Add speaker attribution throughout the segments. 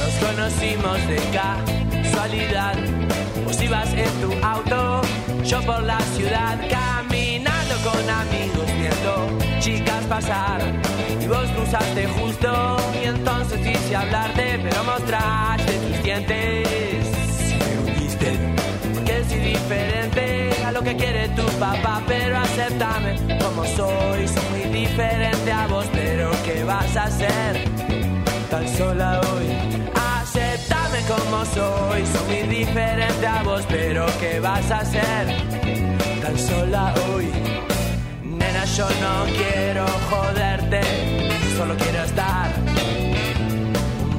Speaker 1: Nos conocimos de casualidad. Vos ibas en tu auto, yo por la ciudad, caminando con amigos, viendo chicas pasar. Y vos cruzaste justo, y entonces quise hablarte, pero mostraste tus dientes. Me hundiste. Porque soy diferente a lo que quiere tu papá, pero acéptame como soy. Soy muy diferente a vos, pero ¿qué vas a hacer? tan sola hoy. Aceptame como soy, soy muy diferente a vos, pero ¿qué vas a hacer? Tan sola hoy. Nena, yo no quiero joderte, solo quiero estar un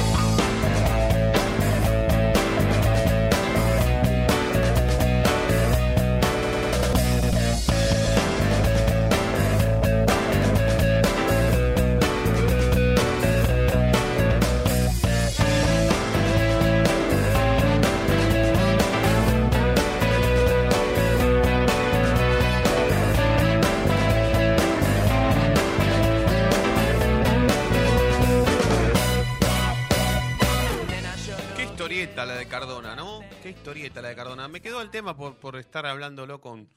Speaker 2: Qué historieta la de Cardona, ¿no? Qué historieta la de Cardona. Me quedó el tema por, por estar hablándolo con,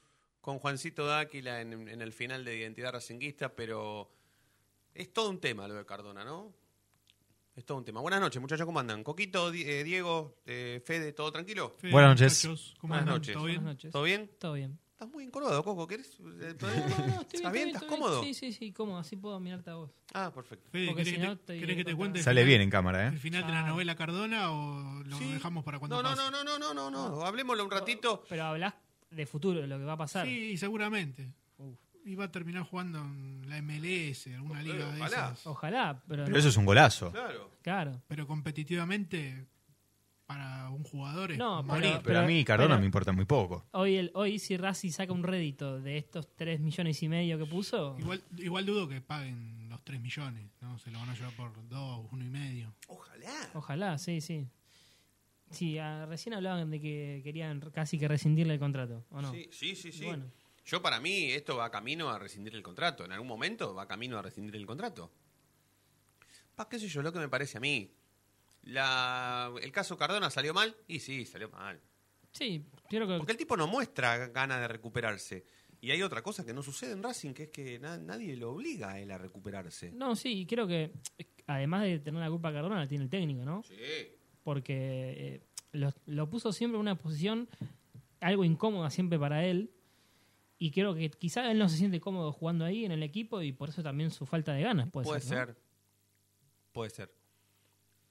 Speaker 2: con Juancito Dáquila en, en el final de Identidad Racinguista, pero es todo un tema lo de Cardona, ¿no? Es todo un tema. Buenas noches, muchachos, ¿cómo andan? Coquito, Di- eh, Diego, eh, Fede, ¿todo tranquilo?
Speaker 3: Fede,
Speaker 4: Buenas noches.
Speaker 3: muchachos, ¿cómo
Speaker 2: Buenas
Speaker 3: andan?
Speaker 2: noches.
Speaker 3: ¿Todo bien?
Speaker 5: Buenas noches.
Speaker 2: ¿Todo bien?
Speaker 5: Todo bien.
Speaker 2: Estás muy encorvado, Coco. ¿Querés? eh, poder- no, no,
Speaker 5: Estoy
Speaker 2: ¿Estás bien? ¿Estás
Speaker 5: estoy
Speaker 2: cómodo?
Speaker 5: Sí, sí, sí, cómodo. Así puedo mirarte a vos.
Speaker 2: Ah, perfecto.
Speaker 3: Fede,
Speaker 5: Porque
Speaker 3: ¿querés,
Speaker 5: si
Speaker 3: que
Speaker 5: no
Speaker 3: te-
Speaker 5: te
Speaker 3: querés que te
Speaker 5: digo
Speaker 3: cuente el
Speaker 4: Sale
Speaker 3: final-
Speaker 4: bien en cámara,
Speaker 3: el
Speaker 4: ¿eh?
Speaker 3: final de la novela Cardona o lo
Speaker 2: Sí.
Speaker 3: dejamos para cuando
Speaker 2: No, no,
Speaker 3: pase?
Speaker 2: no, no, no, no, no, no. Hablemoslo un ratito.
Speaker 5: Pero hablas de futuro, de lo que va a pasar.
Speaker 3: Sí, seguramente.
Speaker 5: Uf.
Speaker 3: Y va a terminar jugando en la MLS, alguna
Speaker 2: Eh,
Speaker 3: liga de
Speaker 2: ojalá.
Speaker 3: esas.
Speaker 5: Ojalá, pero,
Speaker 4: Pero eso es un golazo.
Speaker 2: Claro.
Speaker 5: claro.
Speaker 3: Pero competitivamente, para un jugador es
Speaker 5: No,
Speaker 3: morir.
Speaker 5: pero-
Speaker 4: Pero a mí Cardona
Speaker 5: pero-
Speaker 4: me importa muy poco.
Speaker 5: Hoy, el, hoy si Racing saca un rédito de estos 3 millones y medio que puso,
Speaker 3: Igual, igual dudo que paguen los 3 millones, ¿no? Se lo van a llevar por 2, 1 y medio.
Speaker 2: Ojalá.
Speaker 5: ojalá, sí, sí. Sí, ah, recién hablaban de que querían casi que rescindirle el contrato, ¿o no?
Speaker 2: Sí, sí, sí. sí.
Speaker 5: Bueno.
Speaker 2: Yo para mí esto va camino a rescindir el contrato. En algún momento va camino a rescindir el contrato. Pa, qué sé yo, lo que me parece a mí. La, el caso Cardona salió mal y sí, salió mal.
Speaker 5: Sí, creo que...
Speaker 2: Porque el tipo no muestra ganas de recuperarse. Y hay otra cosa que no sucede en Racing, que es que na- nadie lo obliga a él a recuperarse.
Speaker 5: No, sí, y creo que además de tener la culpa Cardona, la tiene el técnico, ¿no?
Speaker 2: Sí.
Speaker 5: porque eh, lo, lo puso siempre en una posición algo incómoda siempre para él. Y creo que quizá él no se siente cómodo jugando ahí en el equipo y por eso también su falta de ganas. Puede,
Speaker 2: Puede
Speaker 5: ser. ¿no?
Speaker 2: ser. Puede ser.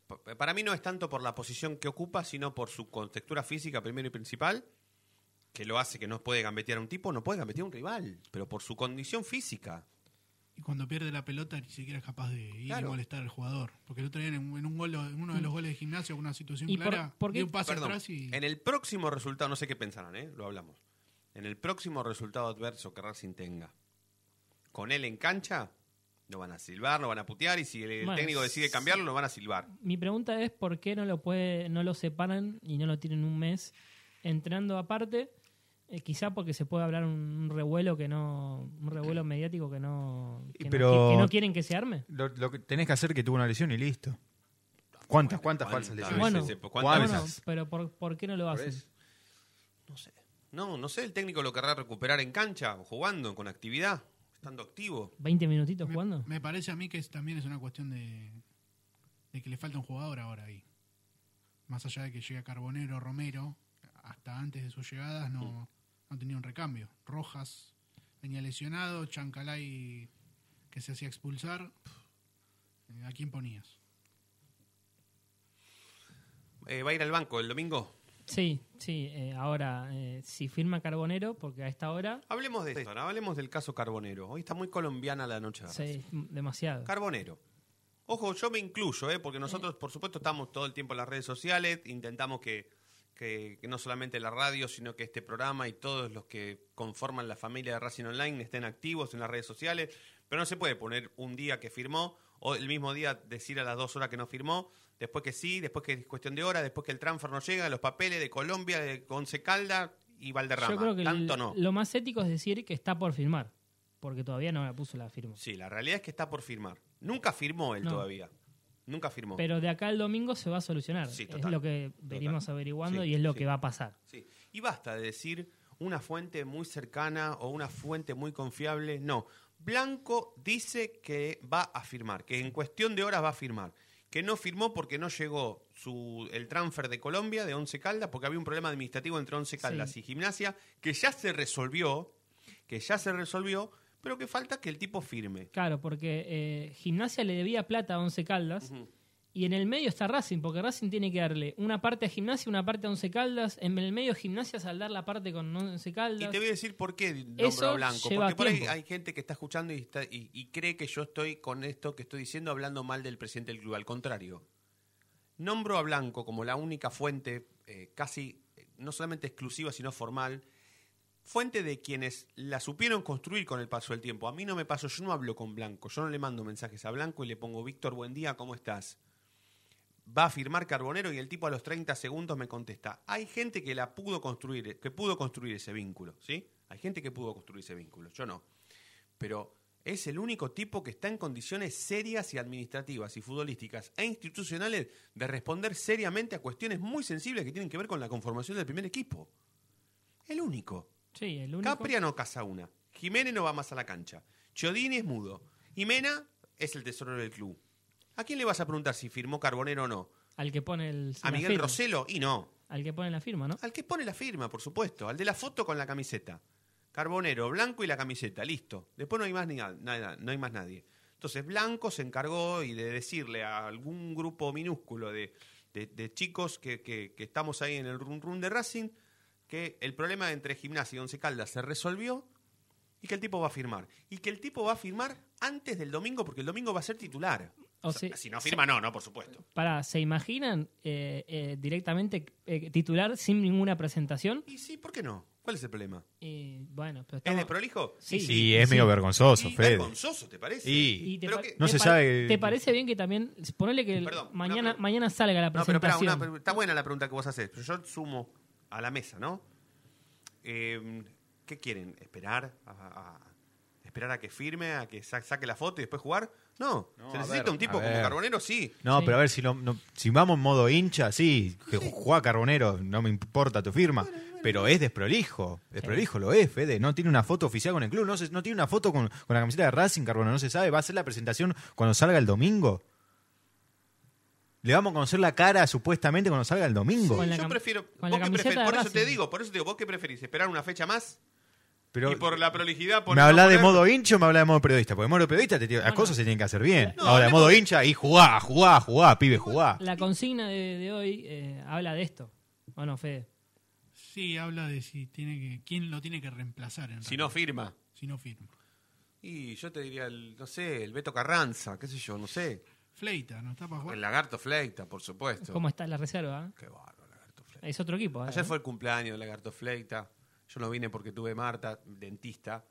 Speaker 2: Pa- Para mí no es tanto por la posición que ocupa, sino por su contextura física primero y principal, que lo hace que no puede gambetear a un tipo, no puede gambetear a un rival, pero por su condición física.
Speaker 3: Y cuando pierde la pelota ni siquiera es capaz de ir
Speaker 2: Claro.
Speaker 3: y molestar al jugador. Porque el otro día en, un- en un gol, en uno de los goles de gimnasio, una situación
Speaker 5: ¿Y por-
Speaker 3: clara,
Speaker 5: por qué-
Speaker 3: dio un paso
Speaker 2: Perdón,
Speaker 3: atrás y...
Speaker 2: En el próximo resultado, no sé qué pensarán, ¿eh? lo hablamos. En el próximo resultado adverso que Racing tenga, con él en cancha, lo van a silbar, lo van a putear, y si el, el
Speaker 5: Bueno,
Speaker 2: técnico decide
Speaker 5: sí.
Speaker 2: cambiarlo, lo van a silbar.
Speaker 5: Mi pregunta es por qué no lo puede, no lo separan y no lo tienen un mes entrando aparte. Eh, quizá porque se puede hablar un, un revuelo que no, un revuelo mediático que no,
Speaker 4: Y
Speaker 5: que, no-
Speaker 4: pero-
Speaker 5: que- que no quieren que se arme.
Speaker 4: Lo, lo que tenés que hacer que tuvo una lesión y listo. ¿Cuántas, cuántas
Speaker 2: ¿Cuántas?
Speaker 4: falsas lesiones?
Speaker 5: Bueno.
Speaker 2: Sí, sí, ¿cuántas
Speaker 4: ¿Cuántas?
Speaker 5: Bueno, pero por, por qué no lo hacen?
Speaker 2: eso. No sé. No, no sé, el técnico lo querrá recuperar en cancha, jugando, con actividad. estando activo.
Speaker 5: 20 minutitos
Speaker 3: Me-
Speaker 5: jugando.
Speaker 3: Me parece a mí que es- también es una cuestión de, de que le falta un jugador ahora ahí. Más allá de que llegue Carbonero, Romero, hasta antes de sus llegadas no, no tenía un recambio. Rojas venía lesionado, Chancalay que se hacía expulsar. Eh, ¿A quién ponías?
Speaker 2: Eh, ¿Va a ir al banco el domingo?
Speaker 5: Sí, sí. eh, ahora, eh, si firma Carbonero, porque a esta hora,
Speaker 2: Hablemos de esto, ahora hablemos del caso Carbonero. Hoy está muy colombiana la noche. de
Speaker 5: sí,
Speaker 2: Racing.
Speaker 5: es demasiado.
Speaker 2: Carbonero. Ojo, yo me incluyo, ¿eh? porque nosotros, por supuesto, estamos todo el tiempo en las redes sociales, intentamos que, que- que no solamente la radio, sino que este programa y todos los que conforman la familia de Racing Online estén activos en las redes sociales, pero no se puede poner un día que firmó o el mismo día decir a las dos horas que no firmó, después que sí, después que es cuestión de hora, después que el transfer no llega, los papeles de Colombia, de Once Calda y Valderrama.
Speaker 5: Yo creo que el-
Speaker 2: Tanto no.
Speaker 5: lo más ético es decir que está por firmar, porque todavía no la puso la firma.
Speaker 2: Sí, la realidad es que está por firmar. Nunca firmó él
Speaker 5: No.
Speaker 2: todavía. Nunca firmó.
Speaker 5: Pero de acá al domingo se va a solucionar.
Speaker 2: Sí,
Speaker 5: es
Speaker 2: total.
Speaker 5: lo que venimos averiguando
Speaker 2: Sí,
Speaker 5: y es lo
Speaker 2: sí.
Speaker 5: que va a pasar.
Speaker 2: Sí. Y basta de decir una fuente muy cercana o una fuente muy confiable. No. Blanco dice que va a firmar, que en cuestión de horas va a firmar. Que no firmó porque no llegó su, el transfer de Colombia de Once Caldas, porque había un problema administrativo entre Once Caldas
Speaker 5: Sí.
Speaker 2: y Gimnasia, que ya se resolvió, que ya se resolvió, pero que falta que el tipo firme.
Speaker 5: Claro, porque eh, Gimnasia le debía plata a Once Caldas y en el medio está Racing, porque Racing tiene que darle una parte a Gimnasia, una parte a Once Caldas. En el medio Gimnasia saldar la parte con Once
Speaker 2: Y
Speaker 5: Caldas.
Speaker 2: te voy a decir por qué nombro
Speaker 5: Eso
Speaker 2: a Blanco.
Speaker 5: lleva
Speaker 2: Porque por ahí
Speaker 5: tiempo.
Speaker 2: hay gente que está escuchando y, está- y- y cree que yo estoy con esto que estoy diciendo hablando mal del presidente del club. Al contrario, nombro a Blanco como la única fuente, eh, casi eh, no solamente exclusiva, sino formal, fuente de quienes la supieron construir con el paso del tiempo. A mí no me pasó, yo no hablo con Blanco, yo no le mando mensajes a Blanco y le pongo, Víctor, buen día, ¿cómo estás? Va a firmar Carbonero y el tipo a los 30 segundos me contesta. Hay gente que la pudo construir, que pudo construir ese vínculo, ¿sí? Hay gente que pudo construir ese vínculo, yo no. Pero es el único tipo que está en condiciones serias y administrativas y futbolísticas e institucionales de responder seriamente a cuestiones muy sensibles que tienen que ver con la conformación del primer equipo. El único.
Speaker 5: Sí, el único.
Speaker 2: Capria no casa una. Jiménez no va más a la cancha. Chiodini es mudo. Jimena es el tesoro del club. ¿A quién le vas a preguntar si firmó Carbonero o no?
Speaker 5: Al que pone el,
Speaker 2: ¿A
Speaker 5: la
Speaker 2: Miguel
Speaker 5: firma.
Speaker 2: Roselo? Y no.
Speaker 5: Al que pone la firma, ¿no?
Speaker 2: Al que pone la firma, por supuesto. Al de la foto con la camiseta. Carbonero, blanco y la camiseta. Listo. Después no hay más, ni na- nada, no hay más nadie. Entonces Blanco se encargó y de decirle a algún grupo minúsculo de, de- de chicos que, que- que estamos ahí en el run run de Racing que el problema entre Gimnasia y Once Caldas se resolvió y que el tipo va a firmar. Y que el tipo va a firmar antes del domingo porque el domingo va a ser titular.
Speaker 5: O
Speaker 2: O sea,
Speaker 5: sea,
Speaker 2: si no firma, no, no, por supuesto.
Speaker 5: Para, ¿se imaginan eh, eh, directamente eh, titular sin ninguna presentación?
Speaker 2: Y sí, ¿por qué no? ¿Cuál es el problema?
Speaker 5: Eh, bueno, pero
Speaker 2: ¿Es
Speaker 5: estamos-
Speaker 2: de prolijo?
Speaker 5: Sí,
Speaker 4: Sí, es medio vergonzoso,
Speaker 2: Y
Speaker 4: Fede.
Speaker 2: vergonzoso, ¿te parece?
Speaker 4: Y
Speaker 5: Y te
Speaker 2: Pero
Speaker 5: pa-
Speaker 2: que-
Speaker 4: No
Speaker 5: te
Speaker 4: se
Speaker 5: pa-
Speaker 4: sabe-
Speaker 5: ¿Te parece bien que también, ponele que el-
Speaker 2: Perdón, una
Speaker 5: mañana,
Speaker 2: pregunta.
Speaker 5: mañana salga la
Speaker 2: No, pero pará,
Speaker 5: presentación?
Speaker 2: una pre- está buena la pregunta que vos haces. pero Yo sumo a la mesa, ¿no? Eh, ¿Qué quieren? ¿Esperar a, a- esperar a que firme, a que sa- saque la foto y después jugar? No.
Speaker 4: No,
Speaker 2: ¿Se
Speaker 4: a
Speaker 2: necesita
Speaker 4: ver,
Speaker 2: un tipo
Speaker 4: a
Speaker 2: como
Speaker 4: ver.
Speaker 2: Carbonero? Sí.
Speaker 4: No,
Speaker 5: Sí.
Speaker 4: pero a ver, si, lo- no- si vamos en modo hincha, sí, que juega Carbonero, no me importa tu firma, pero es desprolijo, desprolijo lo es, Fede, no tiene una foto oficial con el club, no, se- no tiene una foto con, con la camiseta de Racing, Carbonero, no se sabe, va a ser la presentación cuando salga el domingo. Le vamos a conocer la cara supuestamente cuando salga el domingo.
Speaker 5: Con la
Speaker 2: yo
Speaker 5: cam-
Speaker 2: prefiero. vos
Speaker 5: con la
Speaker 2: qué
Speaker 5: camiseta
Speaker 2: preferís?
Speaker 5: de
Speaker 2: por eso te
Speaker 5: Racing.
Speaker 2: digo, por eso te digo, ¿vos qué preferís? ¿Esperar una fecha más?
Speaker 4: pero
Speaker 2: y por la prolijidad. Por
Speaker 4: ¿Me
Speaker 2: no
Speaker 4: habla de
Speaker 2: poner-
Speaker 4: modo hincha o me habla de modo periodista? Porque modo periodista te tiene- las
Speaker 5: Bueno.
Speaker 4: cosas se tienen que hacer bien.
Speaker 2: No,
Speaker 4: Ahora, de
Speaker 2: hablemos-
Speaker 4: modo hincha y jugá, jugá, jugá, pibe, jugá.
Speaker 5: La consigna de, de hoy eh, habla de esto. ¿O no, Fede?
Speaker 3: Sí, habla de si tiene que, quién lo tiene que reemplazar en
Speaker 2: Si no
Speaker 3: realidad,
Speaker 2: firma.
Speaker 3: si no firma.
Speaker 2: Y yo te diría, el, no sé, el Beto Carranza, qué sé yo, no sé.
Speaker 3: Fleita, ¿no está para jugar?
Speaker 2: El Lagarto Fleita, por supuesto.
Speaker 5: ¿Cómo está eh? la reserva? eh?
Speaker 2: Qué bárbaro, Lagarto Fleita.
Speaker 5: Es otro equipo. ahora,
Speaker 2: Ayer
Speaker 5: ¿no?
Speaker 2: fue el cumpleaños de Lagarto Fleita. Yo no vine porque tuve Marta, dentista.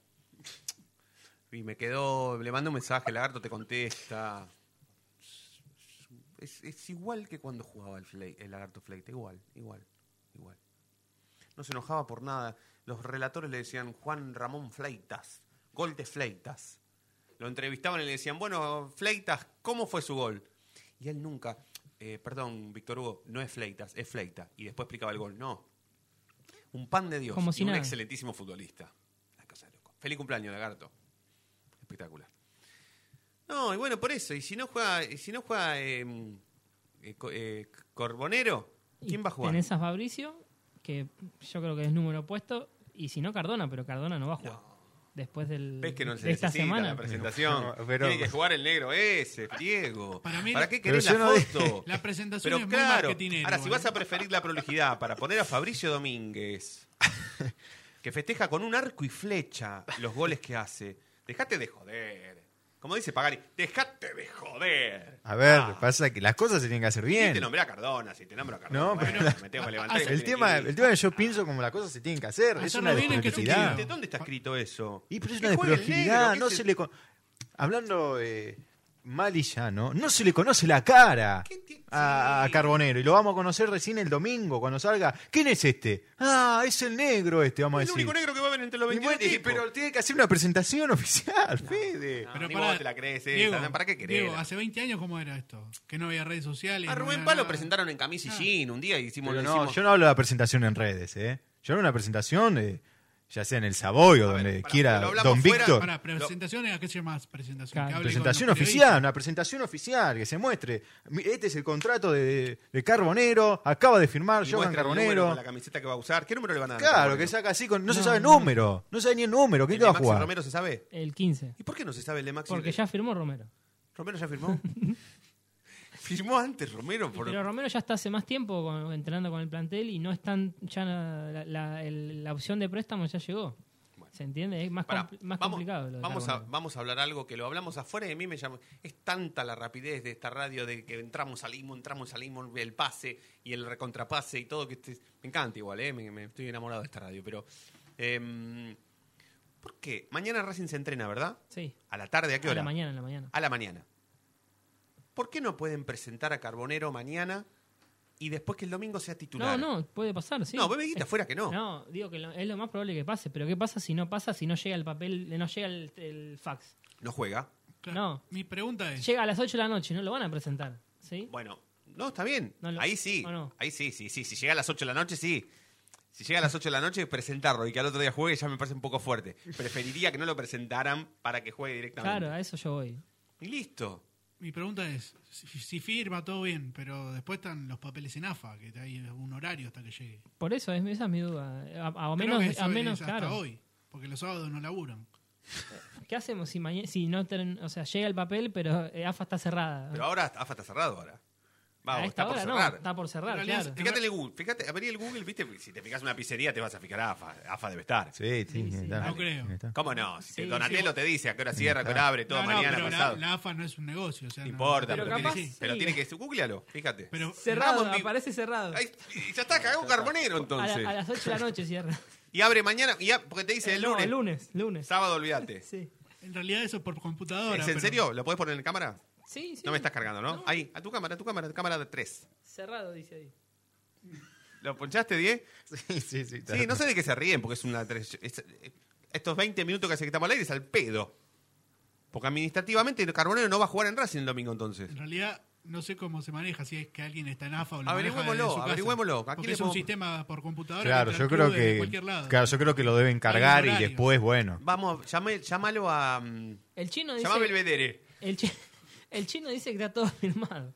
Speaker 2: Y me quedó, le mando un mensaje, Lagarto te contesta. Es, es igual que cuando jugaba el, Flei- el Lagarto Fleita, igual, igual, igual. No se enojaba por nada. Los relatores le decían Juan Ramón Fleitas, gol de Fleitas. Lo entrevistaban y le decían, bueno, Fleitas, ¿cómo fue su gol? Y él nunca, eh, perdón, Víctor Hugo, no es Fleitas, es Fleita. Y después explicaba el gol, no. Un pan de Dios
Speaker 5: Como
Speaker 2: y
Speaker 5: si
Speaker 2: un
Speaker 5: nada.
Speaker 2: excelentísimo futbolista. Una cosa de loco. Feliz cumpleaños, Lagarto. No, y bueno, por eso. Y si no juega, y si no juega eh, eh, co- eh, Corbonero, ¿quién
Speaker 5: Y
Speaker 2: va a jugar?
Speaker 5: Tenés a Fabricio, que yo creo que es número opuesto, y si no Cardona, pero Cardona no va a jugar. Después del,
Speaker 2: ¿Ves que no se
Speaker 5: de esta
Speaker 2: necesita
Speaker 5: semana.
Speaker 2: la presentación?
Speaker 4: No, pero-
Speaker 2: Tiene que jugar el negro ese, Diego.
Speaker 3: Para mí-
Speaker 2: qué querés
Speaker 4: Pero
Speaker 2: la
Speaker 4: yo no-
Speaker 2: foto?
Speaker 3: La presentación
Speaker 2: Pero
Speaker 3: es muy
Speaker 2: claro,
Speaker 3: marketinera.
Speaker 4: ¿eh?
Speaker 2: ahora si vas a preferir la prolijidad para poner a Fabricio Domínguez, que festeja con un arco y flecha los goles que hace, dejate de joder. Como dice Pagani, dejate de joder.
Speaker 4: A ver,
Speaker 2: Ah,
Speaker 4: pasa que las cosas se tienen que hacer
Speaker 2: Si te
Speaker 4: bien.
Speaker 2: nombré a Cardona, si te nombro a Cardona,
Speaker 4: No,
Speaker 2: bueno,
Speaker 4: pero-
Speaker 2: me tengo que levantar. y me
Speaker 4: El
Speaker 2: tiene
Speaker 4: tema,
Speaker 2: que ir. Ah,
Speaker 4: el tema es que yo pienso como las cosas se tienen que hacer. Es
Speaker 3: Hacerlo
Speaker 4: una
Speaker 3: bien es que
Speaker 2: ¿Pero
Speaker 3: yo
Speaker 4: desprolijidad.
Speaker 2: qué? ¿De dónde está escrito eso?
Speaker 4: Y pero es
Speaker 2: Que
Speaker 4: una
Speaker 2: juegue el negro,
Speaker 4: desprolijidad.
Speaker 2: que
Speaker 4: No
Speaker 2: se-
Speaker 4: se le con- Hablando eh, mal y ya, ¿no? No se le conoce la cara
Speaker 2: ¿Qué ti-
Speaker 4: a, a
Speaker 2: sí.
Speaker 4: Carbonero. Y lo vamos a conocer recién el domingo, cuando salga. ¿Quién es este? Ah, es el negro este, vamos a
Speaker 2: Es el
Speaker 4: decir.
Speaker 2: único negro que va a ver entre los
Speaker 4: Y
Speaker 2: 20
Speaker 4: bueno, y- pero tiene que hacer una presentación oficial, Fede.
Speaker 2: No, Ah, ni vos te la crees esa,
Speaker 3: Diego,
Speaker 2: ¿no? ¿Para qué querés?
Speaker 3: Diego, hace 20 años, ¿cómo era esto? Que no había redes sociales.
Speaker 2: A
Speaker 3: no
Speaker 2: Rubén
Speaker 3: era
Speaker 2: Palo
Speaker 3: nada.
Speaker 2: presentaron en camisa y
Speaker 3: Ah.
Speaker 2: jean un día y hicimos...
Speaker 4: Pero
Speaker 2: le
Speaker 4: no,
Speaker 2: hicimos-
Speaker 4: yo no hablo de la presentación en redes, ¿eh? Yo hablo de una presentación, eh, ya sea en el Savoy o
Speaker 2: A ver,
Speaker 4: donde
Speaker 2: pará,
Speaker 4: quiera
Speaker 2: lo hablamos
Speaker 4: Don
Speaker 2: fuera,
Speaker 4: Víctor.
Speaker 3: Para, presentación, ¿a qué se llama presentación?
Speaker 5: Claro.
Speaker 3: Que hable con
Speaker 4: Presentación
Speaker 3: los periodistas.
Speaker 4: oficial, una presentación oficial, que se muestre. Mi- Este es el contrato de, de Carbonero, acaba de firmar
Speaker 2: Y
Speaker 4: Johan
Speaker 2: muestra el número
Speaker 4: Carbonero.
Speaker 2: con la camiseta que va a usar. ¿Qué número le van a dar?
Speaker 4: Claro, que saca así, con, no, se sabe el número, no sabe ni el número, ¿qué
Speaker 2: ¿El de
Speaker 4: te va a
Speaker 2: Maxi
Speaker 4: jugar?
Speaker 2: Romero se sabe?
Speaker 5: El 15.
Speaker 2: ¿Y por qué no se sabe el de Maxi?
Speaker 5: Porque ya firmó Romero.
Speaker 2: ¿Romero ya firmó? firmó antes Romero. Por...
Speaker 5: Pero Romero ya está hace más tiempo con- entrenando con el plantel y no están ya na- la, la- el- la opción de préstamo ya llegó. ¿Se entiende? Es más,
Speaker 2: Pará,
Speaker 5: compl- más
Speaker 2: vamos,
Speaker 5: complicado. lo de
Speaker 2: vamos, a,
Speaker 5: Carbonero.
Speaker 2: vamos a hablar algo que lo hablamos afuera y a mí me llamó. Es tanta la rapidez de esta radio de que entramos, salimos, entramos, salimos, el pase y el recontrapase y todo. que este- Me encanta igual, ¿eh? me, me estoy enamorado de esta radio. Pero, em, ¿por qué? Mañana Racing se entrena, ¿verdad?
Speaker 5: Sí.
Speaker 2: ¿A la tarde? ¿A qué
Speaker 5: A
Speaker 2: hora?
Speaker 5: la mañana, a la mañana.
Speaker 2: a la mañana. ¿Por qué no pueden presentar a Carbonero mañana y después que el domingo sea titular?
Speaker 5: No, no, puede pasar, sí.
Speaker 2: No, vos me dijiste
Speaker 5: Es-
Speaker 2: afuera que no.
Speaker 5: No, digo que lo- es lo más probable que pase, pero ¿qué pasa si no pasa, si no llega el papel, no llega el, el fax?
Speaker 2: No juega.
Speaker 3: Claro.
Speaker 5: No.
Speaker 3: Mi pregunta es:
Speaker 5: Llega a las 8 de la noche, no lo van a presentar, ¿sí?
Speaker 2: Bueno, no, está bien.
Speaker 5: No lo-
Speaker 2: Ahí sí.
Speaker 5: ¿o no?
Speaker 2: Ahí sí, sí, sí. Si llega a las 8 de la noche, sí. Si llega a las 8 de la noche, presentarlo y que al otro día juegue ya me parece un poco fuerte. Preferiría que no lo presentaran para que juegue directamente.
Speaker 5: Claro, a eso yo voy.
Speaker 2: Y listo.
Speaker 3: mi pregunta es si, si firma todo bien, pero después están los papeles en AFA, que hay un horario hasta que llegue.
Speaker 5: Por eso, es- esa es mi duda. A, a- a
Speaker 3: Creo
Speaker 5: menos,
Speaker 3: que eso
Speaker 5: a
Speaker 3: es
Speaker 5: menos
Speaker 3: hasta
Speaker 5: claro.
Speaker 3: hoy, porque los sábados no laburan.
Speaker 5: ¿Qué hacemos si mañana, si no, ten- o sea, llega el papel, pero eh, AFA está cerrada?
Speaker 2: Pero ahora AFA está cerrado ahora. Vamos,
Speaker 5: a esta
Speaker 2: está por
Speaker 5: hora
Speaker 2: cerrar.
Speaker 5: no, está por cerrar,
Speaker 3: En realidad,
Speaker 5: claro.
Speaker 2: Fíjate en el Google, fíjate, abrí el Google, viste, si te fijas una pizzería te vas a fijar a AFA, AFA debe estar.
Speaker 4: Sí, sí,
Speaker 5: Sí, sí.
Speaker 4: está.
Speaker 3: No creo.
Speaker 4: Está.
Speaker 2: ¿Cómo no? Si te-
Speaker 5: Sí,
Speaker 2: Donatello
Speaker 3: sí.
Speaker 2: te dice a qué hora cierra, a qué hora abre, todo
Speaker 3: No, no,
Speaker 2: mañana
Speaker 3: pero la,
Speaker 2: pasado.
Speaker 3: la AFA no es un negocio. O
Speaker 2: No
Speaker 3: sea, no-
Speaker 2: importa, pero,
Speaker 5: Pero capaz
Speaker 2: tiene, que,
Speaker 5: sí.
Speaker 2: pero tiene que. Googlealo, fíjate.
Speaker 3: Pero
Speaker 5: Cerrado,
Speaker 2: Vamos, mi-
Speaker 5: aparece cerrado.
Speaker 2: Ahí- y ya está, cagó Carbonero
Speaker 5: a, la-
Speaker 2: entonces.
Speaker 5: a las 8 de la noche cierra.
Speaker 2: Y abre mañana, y ab- porque te dice el
Speaker 5: Eh, No,
Speaker 2: lunes.
Speaker 5: lunes, lunes.
Speaker 2: Sábado, olvídate.
Speaker 5: Sí.
Speaker 3: en realidad eso es por computadora.
Speaker 2: ¿Es en
Speaker 3: pero-
Speaker 2: serio? ¿Lo podés poner en cámara?
Speaker 5: Sí, sí.
Speaker 2: No me estás cargando, ¿no? Ahí, a tu cámara, a tu cámara, a tu cámara de tres.
Speaker 5: Cerrado, dice ahí.
Speaker 2: ¿Lo ponchaste, Diez?
Speaker 4: Sí, sí, sí. está.
Speaker 2: Sí, no sé de qué se ríen, porque es una. tres- es- estos 20 minutos que hace que estamos al aire es al pedo. Porque administrativamente Carbonero no va a jugar en Racing el domingo entonces.
Speaker 3: En realidad no sé cómo se maneja, si es que alguien está en AFA o lo
Speaker 2: Averigüémoslo,
Speaker 3: maneja desde su casa.
Speaker 2: averigüémoslo. Aquí
Speaker 3: Porque
Speaker 2: le
Speaker 3: es un
Speaker 2: podemos-
Speaker 3: sistema por computadora.
Speaker 4: Claro,
Speaker 3: que
Speaker 4: yo
Speaker 3: transcurre
Speaker 4: creo
Speaker 3: de
Speaker 4: que.
Speaker 3: cualquier lado.
Speaker 4: Claro, yo creo que lo deben cargar y
Speaker 3: horario.
Speaker 4: después, bueno.
Speaker 2: Vamos, llamé- llámalo a. mm,
Speaker 5: El chino dice.
Speaker 2: Llamá a Belvedere.
Speaker 5: El, chi- el chino dice que está todo firmado.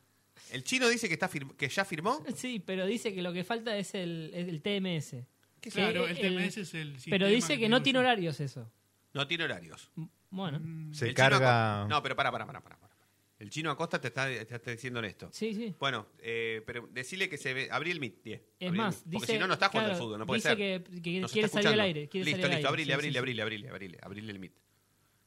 Speaker 2: El chino dice que, está fir- que ya firmó.
Speaker 5: Sí, pero dice que lo que falta es el, es el TMS.
Speaker 2: ¿Qué es
Speaker 3: Claro,
Speaker 5: Eh,
Speaker 3: el TMS es el sistema
Speaker 5: Pero dice que no tiene
Speaker 3: usa-
Speaker 5: horarios eso.
Speaker 2: No tiene horarios.
Speaker 5: M- Bueno.
Speaker 4: Se
Speaker 2: El chino
Speaker 4: carga.
Speaker 2: Acosta- No, pero para, para, para, para. El chino Acosta te está, te está diciendo esto.
Speaker 5: Sí, sí.
Speaker 2: Bueno, eh, pero decirle que se ve. Abrí el MIT, 10.
Speaker 5: Es más,
Speaker 2: Porque
Speaker 5: dice-
Speaker 2: si no, no está jugando
Speaker 5: claro,
Speaker 2: al fútbol, no puede
Speaker 5: dice
Speaker 2: ser.
Speaker 5: que- que
Speaker 2: Nos
Speaker 5: quiere
Speaker 2: está
Speaker 5: salir al
Speaker 2: escuchando.
Speaker 5: aire, quiere
Speaker 2: listo,
Speaker 5: salir al
Speaker 2: listo,
Speaker 5: aire,
Speaker 2: abrile,
Speaker 5: sí,
Speaker 2: abrile,
Speaker 5: sí,
Speaker 2: abrile,
Speaker 5: sí.
Speaker 2: abrile, abrile, abrile el MIT.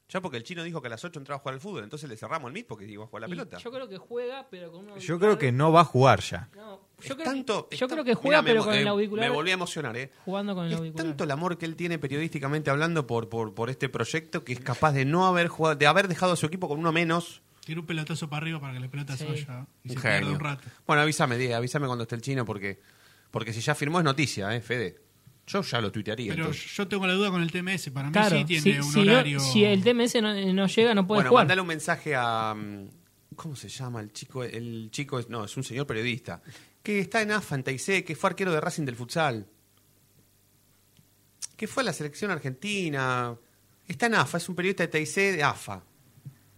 Speaker 2: Ya porque el chino dijo que a las 8 entraba a jugar al fútbol, entonces le cerramos el MIT porque iba a jugar la
Speaker 5: Y
Speaker 2: pelota.
Speaker 5: Yo creo que juega, pero con un
Speaker 4: Yo
Speaker 5: auricular.
Speaker 4: creo que no va a jugar ya.
Speaker 5: No, yo
Speaker 2: Es
Speaker 5: creo, que-
Speaker 2: tanto-
Speaker 5: yo
Speaker 2: es tan-
Speaker 5: creo que
Speaker 2: Mirá,
Speaker 5: juega,
Speaker 2: me
Speaker 5: pero
Speaker 2: emo-
Speaker 5: con el
Speaker 2: eh,
Speaker 5: auricular.
Speaker 2: Me volví a emocionar, ¿eh?
Speaker 5: Jugando con el
Speaker 2: Es
Speaker 5: auricular.
Speaker 2: tanto el amor que él tiene periodísticamente hablando por, por, por este proyecto que es capaz de no haber jugado, de haber dejado a su equipo con uno menos.
Speaker 3: Tira un pelotazo para arriba para que la pelota se
Speaker 5: Sí.
Speaker 3: vaya y
Speaker 2: Un genio.
Speaker 3: se pierda un rato.
Speaker 2: Bueno, avísame, Diego, avísame cuando esté el chino porque, porque si ya firmó es noticia, ¿eh, Fede? Yo ya lo tuitearía.
Speaker 3: Pero
Speaker 2: entonces.
Speaker 3: yo tengo la duda con el TMS. Para mí
Speaker 5: Claro,
Speaker 3: sí tiene
Speaker 5: si,
Speaker 3: un
Speaker 5: si no-
Speaker 3: horario.
Speaker 5: si el TMS no, no llega, no puede
Speaker 2: Bueno,
Speaker 5: jugar.
Speaker 2: mandale un mensaje a. mm, ¿Cómo se llama el chico? El chico es. No, es un señor periodista. Que está en AFA, en Taizé, que fue arquero de Racing del futsal. Que fue a la selección argentina. Está en AFA, es un periodista de Taizé de AFA.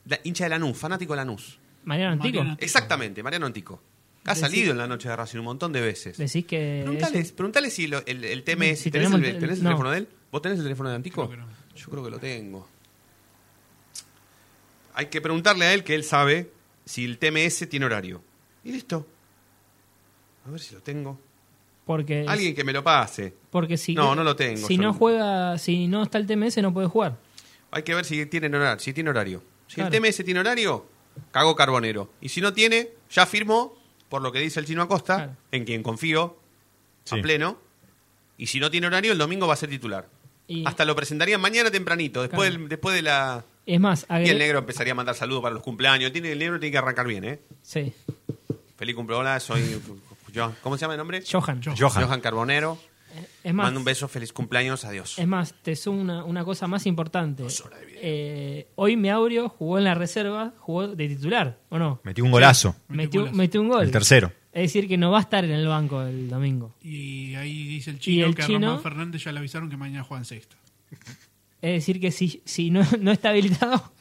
Speaker 2: la- hincha de Lanús, fanático de Lanús.
Speaker 5: Mariano Antico.
Speaker 3: Mariano.
Speaker 2: Exactamente, Mariano Antico. Ha
Speaker 5: Decí-
Speaker 2: salido en la noche de Racing un montón de veces.
Speaker 5: Decís que.
Speaker 2: Preguntale,
Speaker 5: es- Mm,
Speaker 2: preguntale si lo- el, el TMS.
Speaker 5: Si
Speaker 2: ¿Tenés,
Speaker 5: tenemos
Speaker 2: el,
Speaker 5: el-
Speaker 2: tenés el
Speaker 5: no.
Speaker 2: teléfono de él? ¿Vos tenés el teléfono de Antico?
Speaker 3: Creo que no.
Speaker 2: Yo creo que lo tengo. Hay que preguntarle a él que él sabe si el TMS tiene horario. Y listo. A ver si lo tengo.
Speaker 5: Porque,
Speaker 2: Alguien que me lo pase.
Speaker 5: porque si.
Speaker 2: No, no lo tengo,
Speaker 5: Si
Speaker 2: yo
Speaker 5: no
Speaker 2: no-
Speaker 5: juega. Si no está el TMS, no puede jugar.
Speaker 2: Hay que ver si tienen horario. Si tiene horario. Si
Speaker 5: Claro.
Speaker 2: el TMS tiene horario, cago carbonero. Y si no tiene, ya firmó, por lo que dice el chino Acosta,
Speaker 5: Claro.
Speaker 2: en quien confío
Speaker 4: Sí.
Speaker 2: a pleno. Y si no tiene horario, el domingo va a ser titular.
Speaker 5: Y
Speaker 2: Hasta lo presentarían mañana tempranito, después,
Speaker 5: Claro.
Speaker 2: del- después de la...
Speaker 5: es más, agre-
Speaker 2: Y el negro empezaría a mandar saludos para los cumpleaños. Tiene, el negro tiene que arrancar bien, ¿eh?
Speaker 5: Sí,
Speaker 2: Feliz cumpleaños, soy... Johan- ¿Cómo se llama el nombre?
Speaker 5: Johan.
Speaker 4: Johan.
Speaker 2: Johan Carbonero.
Speaker 5: Es más,
Speaker 2: Mando un beso, feliz cumpleaños, adiós.
Speaker 5: es más, te sumo una, una cosa más importante. Eh, hoy Meaurio jugó en la reserva, jugó de titular, ¿o no?
Speaker 4: Metió un golazo.
Speaker 3: Metió
Speaker 5: Metió,
Speaker 3: golazo.
Speaker 5: metió un gol.
Speaker 4: El tercero.
Speaker 5: Es decir, que no va a estar en el banco el domingo.
Speaker 3: Y ahí dice el chino
Speaker 5: el
Speaker 3: que
Speaker 5: chino?
Speaker 3: a Román Fernández ya le avisaron que mañana juegan sexta.
Speaker 5: Es decir, que si, si no, no está habilitado,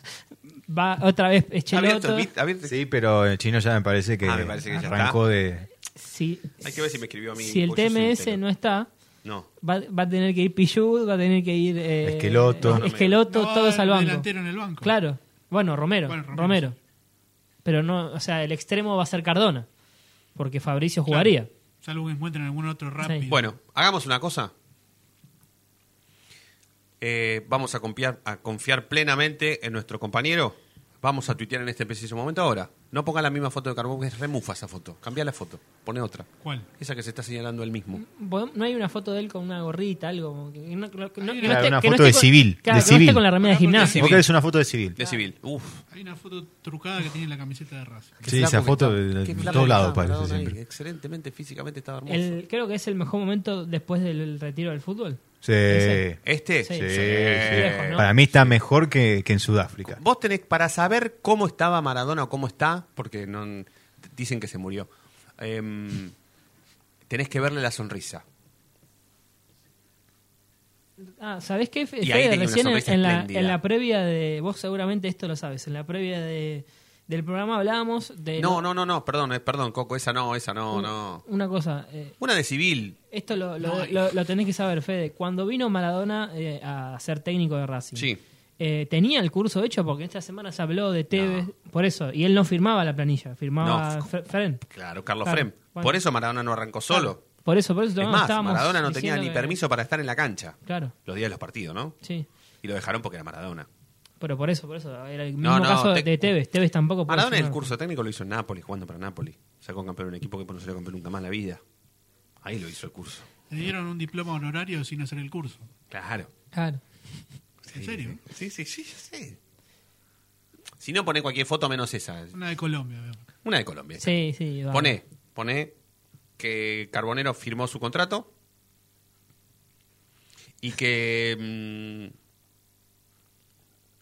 Speaker 5: va otra vez
Speaker 2: ¿Está abierto el
Speaker 5: Cheloto.
Speaker 2: bit? ¿Abierto?
Speaker 4: Sí, pero el chino ya me parece que,
Speaker 2: Ah, me parece que ya
Speaker 4: arrancó de.
Speaker 5: Si,
Speaker 2: Hay que ver si me escribió a mí.
Speaker 5: si el
Speaker 2: porque yo soy un
Speaker 5: TMS
Speaker 2: pelo.
Speaker 5: no está,
Speaker 2: No.
Speaker 5: va, va a tener que ir Pichud, va a tener que ir. eh,
Speaker 4: Esqueloto.
Speaker 5: eh, Esqueloto,
Speaker 3: No va
Speaker 5: todos
Speaker 3: el
Speaker 5: al banco.
Speaker 3: delantero en el banco.
Speaker 5: Claro. Bueno, Romero.
Speaker 3: Bueno,
Speaker 5: Romero.
Speaker 3: Romero,
Speaker 5: Pero no, o sea, el extremo va a ser Cardona. Porque Fabricio jugaría.
Speaker 3: Salvo que encuentren algún otro rápido.
Speaker 5: Sí.
Speaker 2: Bueno, hagamos una cosa. Eh, vamos a confiar, a confiar plenamente en nuestro compañero. Vamos a tuitear en este preciso momento ahora. No ponga la misma foto de Carbón, que es remufa esa foto. Cambia la foto, pone otra.
Speaker 3: ¿Cuál?
Speaker 2: Esa que se está señalando él mismo.
Speaker 5: ¿Podemos- No hay una foto de él con una gorrita, algo. que no- que no- que no
Speaker 4: Claro,
Speaker 5: esté-
Speaker 4: una
Speaker 5: que no
Speaker 4: foto
Speaker 5: esté
Speaker 4: de
Speaker 5: con-
Speaker 4: civil,
Speaker 5: claro,
Speaker 4: de
Speaker 5: que no esté
Speaker 4: civil.
Speaker 5: con la remera de gimnasio.
Speaker 4: ¿Vos querés una foto de civil?
Speaker 2: De civil. Uf.
Speaker 3: Hay una foto trucada que tiene en la camiseta de Racing.
Speaker 4: Sí, esa foto de, de todos lados parece siempre.
Speaker 2: Excelentemente, físicamente estaba hermoso.
Speaker 5: El- creo que es el mejor momento después del retiro del fútbol.
Speaker 4: Sí.
Speaker 2: ¿Este?
Speaker 5: Sí,
Speaker 4: Sí,
Speaker 5: sí,
Speaker 4: sí.
Speaker 5: lejos, ¿no?
Speaker 4: Para mí está mejor que, que en Sudáfrica.
Speaker 2: Vos tenés, para saber cómo estaba Maradona o cómo está, porque no dicen que se murió, em, tenés que verle la sonrisa.
Speaker 5: Ah, ¿sabés qué? Fede,
Speaker 2: Y ahí tenía una
Speaker 5: recién en,
Speaker 2: sonrisa
Speaker 5: en la,
Speaker 2: espléndida.
Speaker 5: en la previa de. Vos seguramente esto lo sabes. En la previa de, del programa hablábamos de.
Speaker 2: No, no, no, no, perdón, eh, perdón, Coco, esa no, esa no,
Speaker 5: Uh.
Speaker 2: no.
Speaker 5: Una cosa. eh,
Speaker 2: Una de civil.
Speaker 5: esto lo, lo- lo- lo tenés que saber, Fede. Cuando vino Maradona eh, a ser técnico de Racing.
Speaker 2: Sí.
Speaker 5: eh, tenía el curso hecho porque esta semana se habló de Tevez, por eso, y él no firmaba la planilla, firmaba
Speaker 2: No.
Speaker 5: Fre- Fren.
Speaker 2: Claro, Carlos
Speaker 5: Claro,
Speaker 2: Frem.
Speaker 5: bueno.
Speaker 2: Por eso Maradona no arrancó solo.
Speaker 5: Por eso, por eso
Speaker 2: es
Speaker 5: no,
Speaker 2: más,
Speaker 5: estábamos
Speaker 2: Maradona no tenía
Speaker 5: diciendo
Speaker 2: ni
Speaker 5: que-
Speaker 2: permiso para estar en la cancha.
Speaker 5: Claro,
Speaker 2: Los días de los partidos, ¿no?
Speaker 5: sí.
Speaker 2: Y lo dejaron porque era Maradona.
Speaker 5: Pero por eso, por eso. Era el mismo
Speaker 2: No, no,
Speaker 5: caso
Speaker 2: te-
Speaker 5: de Tevez. Tevez tampoco puede
Speaker 2: Maradona en el
Speaker 5: firmar.
Speaker 2: curso técnico lo hizo en Nápoles, jugando para Nápoles. Sacó campeón un equipo que no sería campeón nunca más en la vida. Ahí lo hizo el curso.
Speaker 3: Le dieron un diploma honorario sin hacer el curso.
Speaker 2: Claro.
Speaker 5: Claro.
Speaker 3: ¿En serio?
Speaker 2: Sí, sí, sí, ya sé. Si no, poné cualquier foto menos esa.
Speaker 3: Una de Colombia, veo.
Speaker 2: Una de Colombia.
Speaker 5: Sí, sí. va.
Speaker 2: Poné, poné que Carbonero firmó su contrato y que... mm,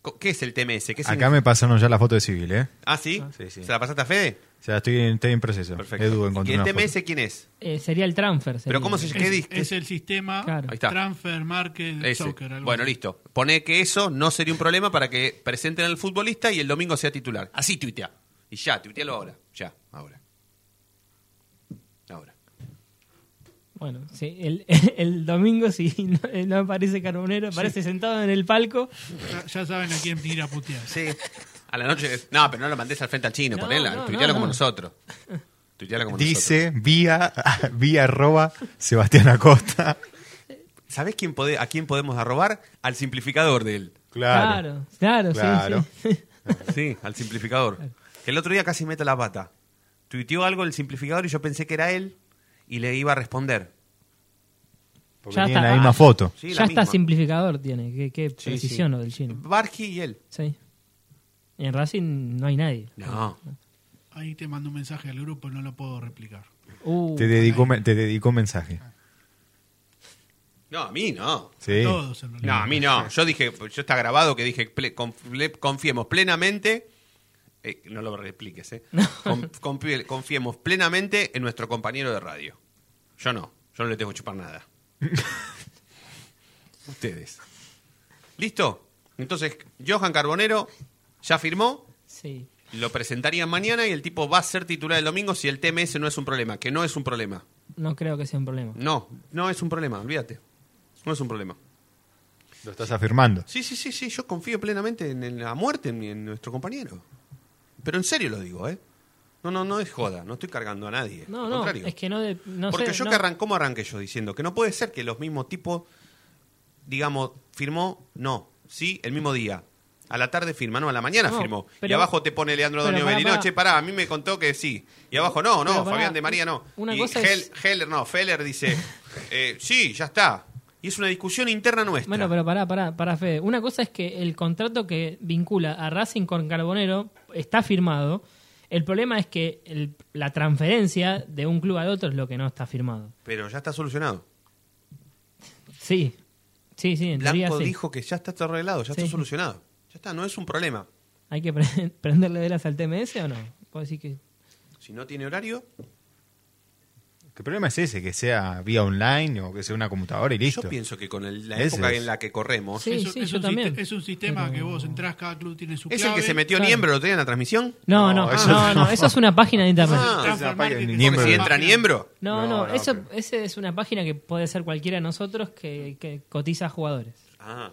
Speaker 2: co- ¿Qué es el TMS? ¿Qué
Speaker 4: Acá me pasaron ya la foto de civil, ¿eh?
Speaker 2: significa? Ah, ¿sí?
Speaker 4: Sí, sí.
Speaker 2: ¿Se la pasaste a Fede?
Speaker 4: O sea, estoy en, estoy en proceso. Edu
Speaker 2: ¿Y este?
Speaker 4: encontró
Speaker 2: el
Speaker 4: una foto.
Speaker 2: TMS quién es?
Speaker 5: Eh, sería el transfer. sería.
Speaker 2: ¿Pero cómo se ¿Qué
Speaker 3: Es,
Speaker 2: diste?
Speaker 3: es el sistema
Speaker 5: Claro.
Speaker 2: Ahí está.
Speaker 3: transfer market
Speaker 2: Ese.
Speaker 3: soccer. algo
Speaker 2: Bueno,
Speaker 3: así.
Speaker 2: listo. Poné que eso no sería un problema para que presenten al futbolista y el domingo sea titular. Así tuitea. Y ya, tuitealo ahora. Ya, ahora. Ahora.
Speaker 5: Bueno, sí, el, el domingo si no, eh, no aparece Carbonero, aparece sentado en el palco.
Speaker 3: Ya, ya saben a quién ir a putear.
Speaker 2: Sí. A la noche. No, pero no lo mandes al frente al chino,
Speaker 5: No,
Speaker 2: ponela.
Speaker 5: no,
Speaker 2: tuitealo
Speaker 5: no,
Speaker 2: como
Speaker 5: no.
Speaker 2: nosotros. Tuitealo como nosotros.
Speaker 4: Dice vía, vía arroba Sebastián Acosta.
Speaker 2: ¿Sabés quién pode- a quién podemos arrobar? Al simplificador de él.
Speaker 4: Claro.
Speaker 5: claro, claro,
Speaker 4: Claro.
Speaker 5: sí, sí.
Speaker 2: Sí, al simplificador. Que el otro día casi mete la pata. Tuiteó algo el simplificador y yo pensé que era él y le iba a responder.
Speaker 4: Porque
Speaker 5: Ya
Speaker 4: tienen
Speaker 5: está. Ah,
Speaker 4: la misma foto.
Speaker 2: Sí,
Speaker 5: ya
Speaker 2: la
Speaker 5: está
Speaker 2: misma.
Speaker 5: simplificador, tiene. Qué, qué
Speaker 2: Sí,
Speaker 5: precisión
Speaker 2: sí.
Speaker 5: lo del chino.
Speaker 2: Bargi y él.
Speaker 5: Sí. En Racing no hay nadie.
Speaker 2: No.
Speaker 3: Ahí te mando un mensaje al grupo, no lo puedo replicar.
Speaker 5: Uh,
Speaker 4: Te dedicó, me- te dedicó un mensaje.
Speaker 2: No, a mí no.
Speaker 4: Sí.
Speaker 3: Todos en
Speaker 2: No,
Speaker 3: realidad.
Speaker 2: a mí no. Yo dije, yo está grabado que dije, ple- confle- confiemos plenamente. eh, no lo repliques, ¿eh? Con- confie- confiemos plenamente en nuestro compañero de radio. Yo no. Yo no le tengo que chupar nada. Ustedes. ¿Listo? Entonces, Johan Carbonero ya firmó.
Speaker 5: Sí.
Speaker 2: Lo presentarían mañana y el tipo va a ser titular el domingo si el TMS no es un problema, que no es un problema.
Speaker 5: No creo que sea un problema.
Speaker 2: No, no es un problema, olvídate. No es un problema.
Speaker 4: Lo estás afirmando.
Speaker 2: Sí, sí, sí, sí, yo confío plenamente en, en la muerte en, en nuestro compañero. Pero en serio lo digo, ¿eh? No, no, no es joda, no estoy cargando a nadie.
Speaker 5: No,
Speaker 2: al
Speaker 5: no,
Speaker 2: contrario.
Speaker 5: es que no, de- no
Speaker 2: Porque
Speaker 5: sé,
Speaker 2: yo
Speaker 5: no-
Speaker 2: que arran- ¿cómo arranqué yo diciendo? Que no puede ser que los mismos tipos, digamos, firmó, no, sí, el mismo día. A la tarde firma, no, a la mañana
Speaker 5: No,
Speaker 2: firmó. y
Speaker 5: pero-
Speaker 2: abajo te pone Leandro
Speaker 5: pero
Speaker 2: Donio
Speaker 5: pará,
Speaker 2: Belli. No,
Speaker 5: pará.
Speaker 2: che, pará, a mí me contó que sí. Y abajo, no, no,
Speaker 5: Pero pará,
Speaker 2: Fabián de María no.
Speaker 5: una
Speaker 2: y
Speaker 5: cosa
Speaker 2: Hel-
Speaker 5: es-
Speaker 2: Heller, no, Feller dice, eh, sí, ya está. Y es una discusión interna nuestra.
Speaker 5: Bueno, pero pará, pará, pará, Fede. Una cosa es que el contrato que vincula a Racing con Carbonero está firmado. El problema es que el- la transferencia de un club al otro es lo que no está firmado.
Speaker 2: Pero ya está solucionado.
Speaker 5: Sí, sí, sí, en teoría
Speaker 2: Blanco
Speaker 5: sí.
Speaker 2: dijo que ya está todo arreglado, ya
Speaker 5: Sí.
Speaker 2: está solucionado. Ya está, no es un problema.
Speaker 5: ¿Hay que pre- prenderle velas al TMS o no? Puedo decir que...
Speaker 2: Si no tiene horario,
Speaker 4: El problema es ese, que sea vía online o que sea una computadora y listo.
Speaker 2: yo pienso que con el- la
Speaker 4: Ese
Speaker 2: época
Speaker 4: es.
Speaker 2: en la que corremos,
Speaker 5: Sí,
Speaker 3: es,
Speaker 5: sí,
Speaker 3: un
Speaker 5: yo
Speaker 3: siste-
Speaker 5: también.
Speaker 3: es un sistema
Speaker 5: Pero-
Speaker 3: que vos entrás, cada club tiene su
Speaker 2: ¿Es
Speaker 3: clave.
Speaker 2: el que se metió
Speaker 5: Claro.
Speaker 2: Niembro el otro día en la transmisión?
Speaker 5: No,
Speaker 4: No,
Speaker 5: no, no,
Speaker 4: Ah, eso-
Speaker 5: no, eso es una página de internet.
Speaker 2: Ah,
Speaker 4: esa página
Speaker 3: Transfer Marketing.
Speaker 4: ni
Speaker 2: Porque
Speaker 4: Niembro.
Speaker 2: si entra Niembro,
Speaker 5: No,
Speaker 4: No,
Speaker 5: no,
Speaker 4: no,
Speaker 5: eso,
Speaker 4: pero-
Speaker 5: ese es una página que puede ser cualquiera de nosotros que, que cotiza a jugadores.
Speaker 2: Ah,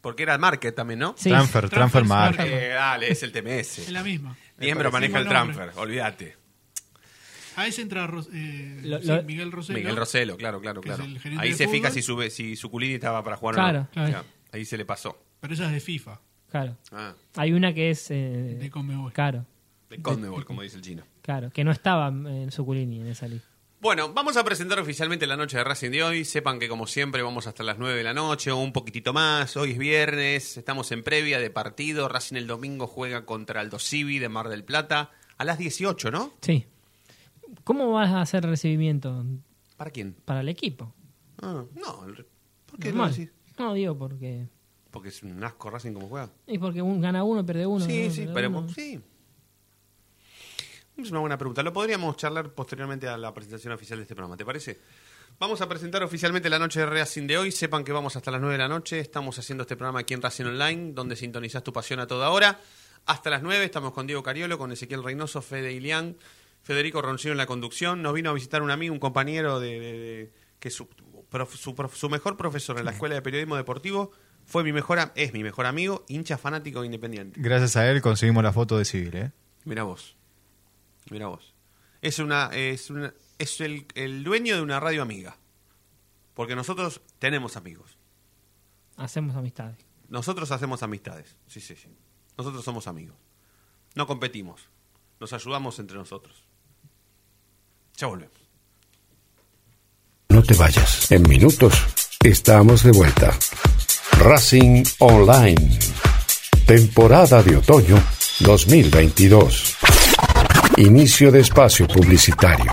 Speaker 2: porque era Market también, ¿no?
Speaker 5: Sí,
Speaker 4: Transfer, transfer
Speaker 3: Transfer
Speaker 4: market.
Speaker 3: market.
Speaker 2: Eh, dale, es el
Speaker 3: Es
Speaker 2: TMS.
Speaker 3: la misma.
Speaker 2: Niembro maneja el
Speaker 3: Mismo nombre.
Speaker 2: transfer, olvídate.
Speaker 3: A Ah, ese entra Ros- eh,
Speaker 5: Lo-
Speaker 3: sí,
Speaker 5: lo-
Speaker 3: Miguel Rosero.
Speaker 2: Miguel Roselo, claro, claro,
Speaker 3: Que es
Speaker 2: claro.
Speaker 3: el gerente
Speaker 2: Ahí
Speaker 3: del
Speaker 2: se fija
Speaker 3: fútbol.
Speaker 2: si, sube, si su culini estaba para jugar o no.
Speaker 5: Claro,
Speaker 2: O
Speaker 5: claro.
Speaker 2: sea, ahí se le pasó.
Speaker 3: Pero esa es de FIFA,
Speaker 5: claro.
Speaker 2: Ah,
Speaker 5: Hay una que es... eh,
Speaker 3: de Conmebol.
Speaker 5: Caro,
Speaker 2: de Condebol, como dice el chino.
Speaker 5: claro, que no estaba en Suculini en esa lista.
Speaker 2: Bueno, vamos a presentar oficialmente la noche de Racing de hoy. Sepan que como siempre vamos hasta las 9 de la noche o un poquitito más. Hoy es viernes, estamos en previa de partido. Racing el domingo juega contra Aldo Civi de Mar del Plata a las 18, ¿no?
Speaker 5: Sí. ¿Cómo vas a hacer recibimiento
Speaker 2: ¿Para quién?
Speaker 5: para el equipo?
Speaker 2: Ah, no, el- ¿por qué
Speaker 5: Normal.
Speaker 2: no decís?
Speaker 5: No, digo porque...
Speaker 2: Porque es un asco Racing como juega.
Speaker 5: Y porque un, gana uno, pierde uno.
Speaker 2: sí,
Speaker 5: gana
Speaker 2: sí,
Speaker 5: uno,
Speaker 2: pero
Speaker 5: gana uno.
Speaker 2: sí. Es una buena pregunta. Lo podríamos charlar posteriormente a la presentación oficial de este programa, ¿te parece? Vamos a presentar oficialmente la noche de Racing de hoy. Sepan que vamos hasta las 9 de la noche. Estamos haciendo este programa aquí en Racing Online, donde sintonizás tu pasión a toda hora. Hasta las 9 estamos con Diego Cariolo, con Ezequiel Reynoso, Fede Ilián, Federico Roncino en la conducción. Nos vino a visitar un amigo, un compañero de, de- de- que su, prof- su prof- su mejor profesor en la Escuela de Periodismo Deportivo fue mi mejor, am- es mi mejor amigo, hincha fanático de independiente.
Speaker 4: Gracias a él conseguimos la foto de civil, ¿eh?
Speaker 2: Mira vos. Mira vos. Es una es una es el, el dueño de una radio amiga. Porque nosotros tenemos amigos.
Speaker 5: Hacemos amistades.
Speaker 2: Nosotros hacemos amistades. Sí, sí, sí. Nosotros somos amigos. No competimos. Nos ayudamos entre nosotros. Ya volvemos.
Speaker 6: No te vayas. En minutos estamos de vuelta. Racing Online. Temporada de otoño 2022. Inicio de espacio publicitario.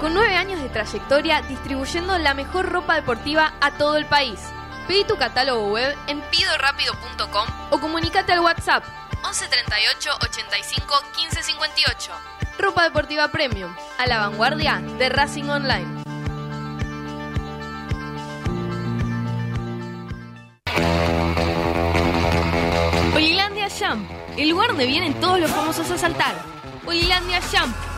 Speaker 7: con nueve años de trayectoria distribuyendo la mejor ropa deportiva a todo el país. Pedí tu catálogo web en pidorapido.com o comunícate al WhatsApp 11 38 85 15 58. Ropa Deportiva Premium, a la vanguardia de Racing Online. Hoylandia Jump, el lugar donde vienen todos los famosos a saltar. Hoylandia Jump,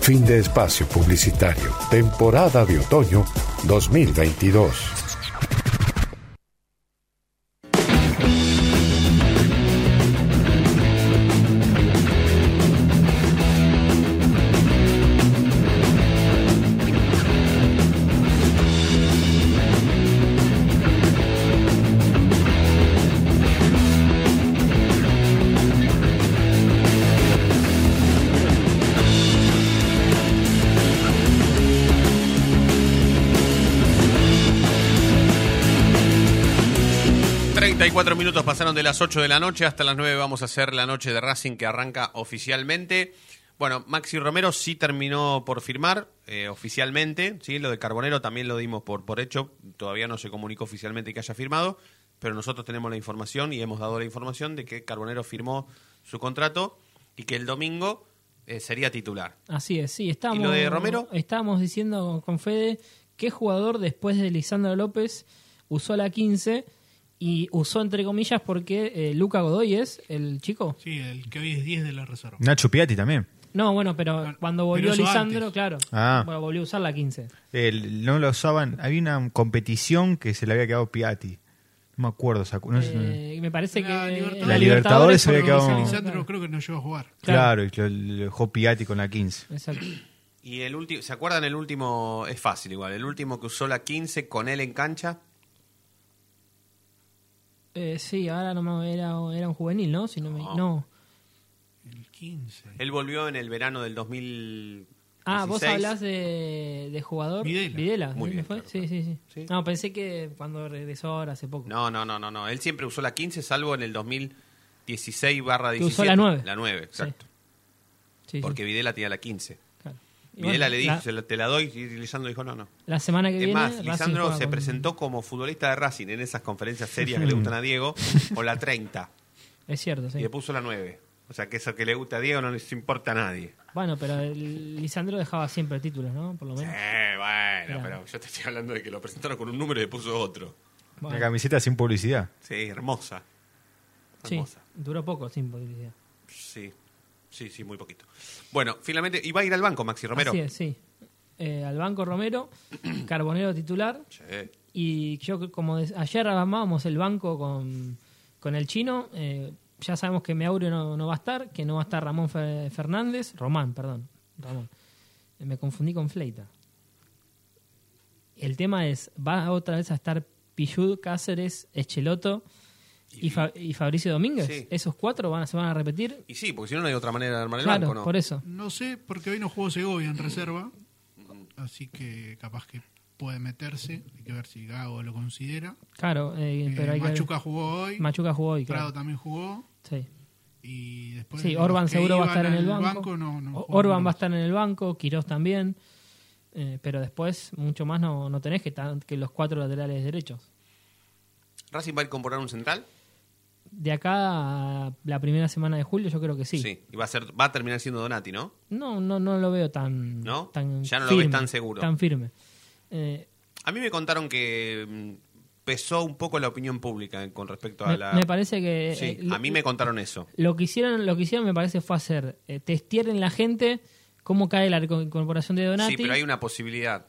Speaker 6: Fin de espacio publicitario. Temporada de otoño 2022.
Speaker 2: Bien. 34 minutos pasaron de las 8 de la noche hasta las 9. Vamos a hacer la noche de Racing que arranca oficialmente. Bueno, Maxi Romero sí terminó por firmar eh, oficialmente. ¿sí? Lo de Carbonero también lo dimos por, por hecho. Todavía no se comunicó oficialmente que haya firmado. Pero nosotros tenemos la información y hemos dado la información de que Carbonero firmó su contrato y que el domingo eh, sería titular.
Speaker 5: Así es, sí, estábamos,
Speaker 2: ¿Y lo de Romero?
Speaker 5: estábamos diciendo con Fede qué jugador después de Lisandro López usó la 15 y usó entre comillas porque eh, Luca Godoy es el chico.
Speaker 3: Sí, el que hoy es 10 de la reserva.
Speaker 4: Nacho Piatti también.
Speaker 5: No, bueno, pero cuando volvió
Speaker 3: eso
Speaker 5: Lisandro,
Speaker 3: antes.
Speaker 5: claro,
Speaker 4: Ah.
Speaker 5: bueno, volvió a usar la 15.
Speaker 4: El- no lo usaban. Había una competición que se le había quedado Piatti. No me acuerdo. ¿se acu- no sé-
Speaker 5: Eh, y me parece
Speaker 3: La
Speaker 5: que
Speaker 3: Ah, Libertadores-
Speaker 4: La Libertadores se había
Speaker 5: por lo
Speaker 4: quedado-
Speaker 5: que se hizo,
Speaker 3: Lisandro creo que no llegó a jugar.
Speaker 4: claro, y lo, lo dejó Piatti con la 15.
Speaker 5: Exacto.
Speaker 2: Y el último, ¿se acuerdan el último? Es fácil igual, el último que usó la 15 con él en cancha.
Speaker 5: Eh, sí, ahora no me- era, era un juvenil, ¿no? Si no, me- no.
Speaker 3: El 15.
Speaker 2: Él volvió en el verano del 2000,
Speaker 5: Ah, vos
Speaker 2: 16.
Speaker 5: hablas de, de jugador.
Speaker 3: Videla.
Speaker 2: Muy
Speaker 5: ¿Videla
Speaker 2: bien,
Speaker 5: fue?
Speaker 2: claro,
Speaker 5: Sí,
Speaker 2: claro.
Speaker 5: sí, sí,
Speaker 2: Sí.
Speaker 5: No, pensé que cuando regresó ahora hace poco.
Speaker 2: No, no, no, no, no. Él siempre usó la 15, salvo en el 2016 barra
Speaker 5: Que
Speaker 2: 17.
Speaker 5: usó la 9.
Speaker 2: La 9, exacto.
Speaker 5: Sí, sí,
Speaker 2: Porque Videla tenía la 15.
Speaker 5: claro. Y
Speaker 2: Videla
Speaker 5: bueno,
Speaker 2: le dijo,
Speaker 5: la,
Speaker 2: "Se la- te la doy y Lisandro dijo, no, no.
Speaker 5: la semana que
Speaker 2: Es
Speaker 5: viene.
Speaker 2: más,
Speaker 5: Racing
Speaker 2: Lisandro
Speaker 5: juega
Speaker 2: se
Speaker 5: con-
Speaker 2: presentó como futbolista de Racing en esas conferencias serias que le gustan a Diego, con la 30,
Speaker 5: Es cierto,
Speaker 2: y
Speaker 5: sí.
Speaker 2: le puso la 9. O sea, que eso que le gusta a Diego no les importa a nadie.
Speaker 5: Bueno, pero el Lisandro dejaba siempre títulos, ¿no? Por lo menos.
Speaker 2: Eh, bueno,
Speaker 5: Claro.
Speaker 2: pero yo te estoy hablando de que lo presentaron con un número y le puso otro.
Speaker 5: Bueno,
Speaker 4: Una camiseta sin publicidad.
Speaker 2: Sí, hermosa.
Speaker 5: sí,
Speaker 2: Hermosa.
Speaker 5: duró poco sin publicidad.
Speaker 2: Sí, sí, sí, muy poquito. Bueno, finalmente, y va a ir al banco Maxi Romero.
Speaker 5: Así es, sí. Eh, al banco Romero, Carbonero titular.
Speaker 2: Sí.
Speaker 5: Y yo, como des- ayer armábamos el banco con, con el chino, eh, ya sabemos que Meaurio no, no va a estar, que no va a estar Ramón Fe- Fernández, Román, perdón, Ramón. Eh, Me confundí con Fleita. El tema es, va otra vez a estar Pillud, Cáceres, Echeloto y, Fa- y Fabricio Domínguez.
Speaker 2: Sí.
Speaker 5: Esos cuatro van a, se van a repetir.
Speaker 2: Y sí, porque si no, no hay otra manera de armar el
Speaker 5: claro,
Speaker 2: banco, ¿no?
Speaker 5: por eso.
Speaker 3: No sé, porque hoy no jugó Segovia en reserva. Así que capaz que puede meterse. Hay que ver si Gago lo considera.
Speaker 5: Claro, eh,
Speaker 3: Eh,
Speaker 5: pero hay que ver-
Speaker 3: Machuca jugó hoy.
Speaker 5: Machuca jugó hoy,
Speaker 3: Prado
Speaker 5: claro.
Speaker 3: también jugó.
Speaker 5: Sí.
Speaker 3: Y después.
Speaker 5: Sí,
Speaker 3: los
Speaker 5: Orban
Speaker 3: que
Speaker 5: seguro va a
Speaker 3: iban
Speaker 5: estar en el
Speaker 3: al
Speaker 5: banco.
Speaker 3: no, no
Speaker 5: O-
Speaker 3: jugó
Speaker 5: Orban va a
Speaker 3: ninguno.
Speaker 5: estar en el banco, Quirós también. Eh, pero después, mucho más no, no tenés que, tan- que los cuatro laterales derechos.
Speaker 2: Racing va a ir a comprar un central.
Speaker 5: De acá a la primera semana de julio, yo creo que Eh, sí.
Speaker 2: Y va a, ser, va a terminar siendo Donati, ¿no?
Speaker 5: No, no, no lo veo tan.
Speaker 2: ¿No?
Speaker 5: tan
Speaker 2: Ya no lo
Speaker 5: firme,
Speaker 2: ves tan seguro.
Speaker 5: Tan firme. Eh,
Speaker 2: A mí me contaron que mm, pesó un poco la opinión pública con respecto a
Speaker 5: me,
Speaker 2: la.
Speaker 5: me parece que.
Speaker 2: Sí,
Speaker 5: eh,
Speaker 2: a mí me contaron eso.
Speaker 5: Lo que hicieron, lo que hicieron me parece, fue hacer eh, testear en la gente cómo cae la reco- incorporación de Donati.
Speaker 2: Sí, pero hay una posibilidad.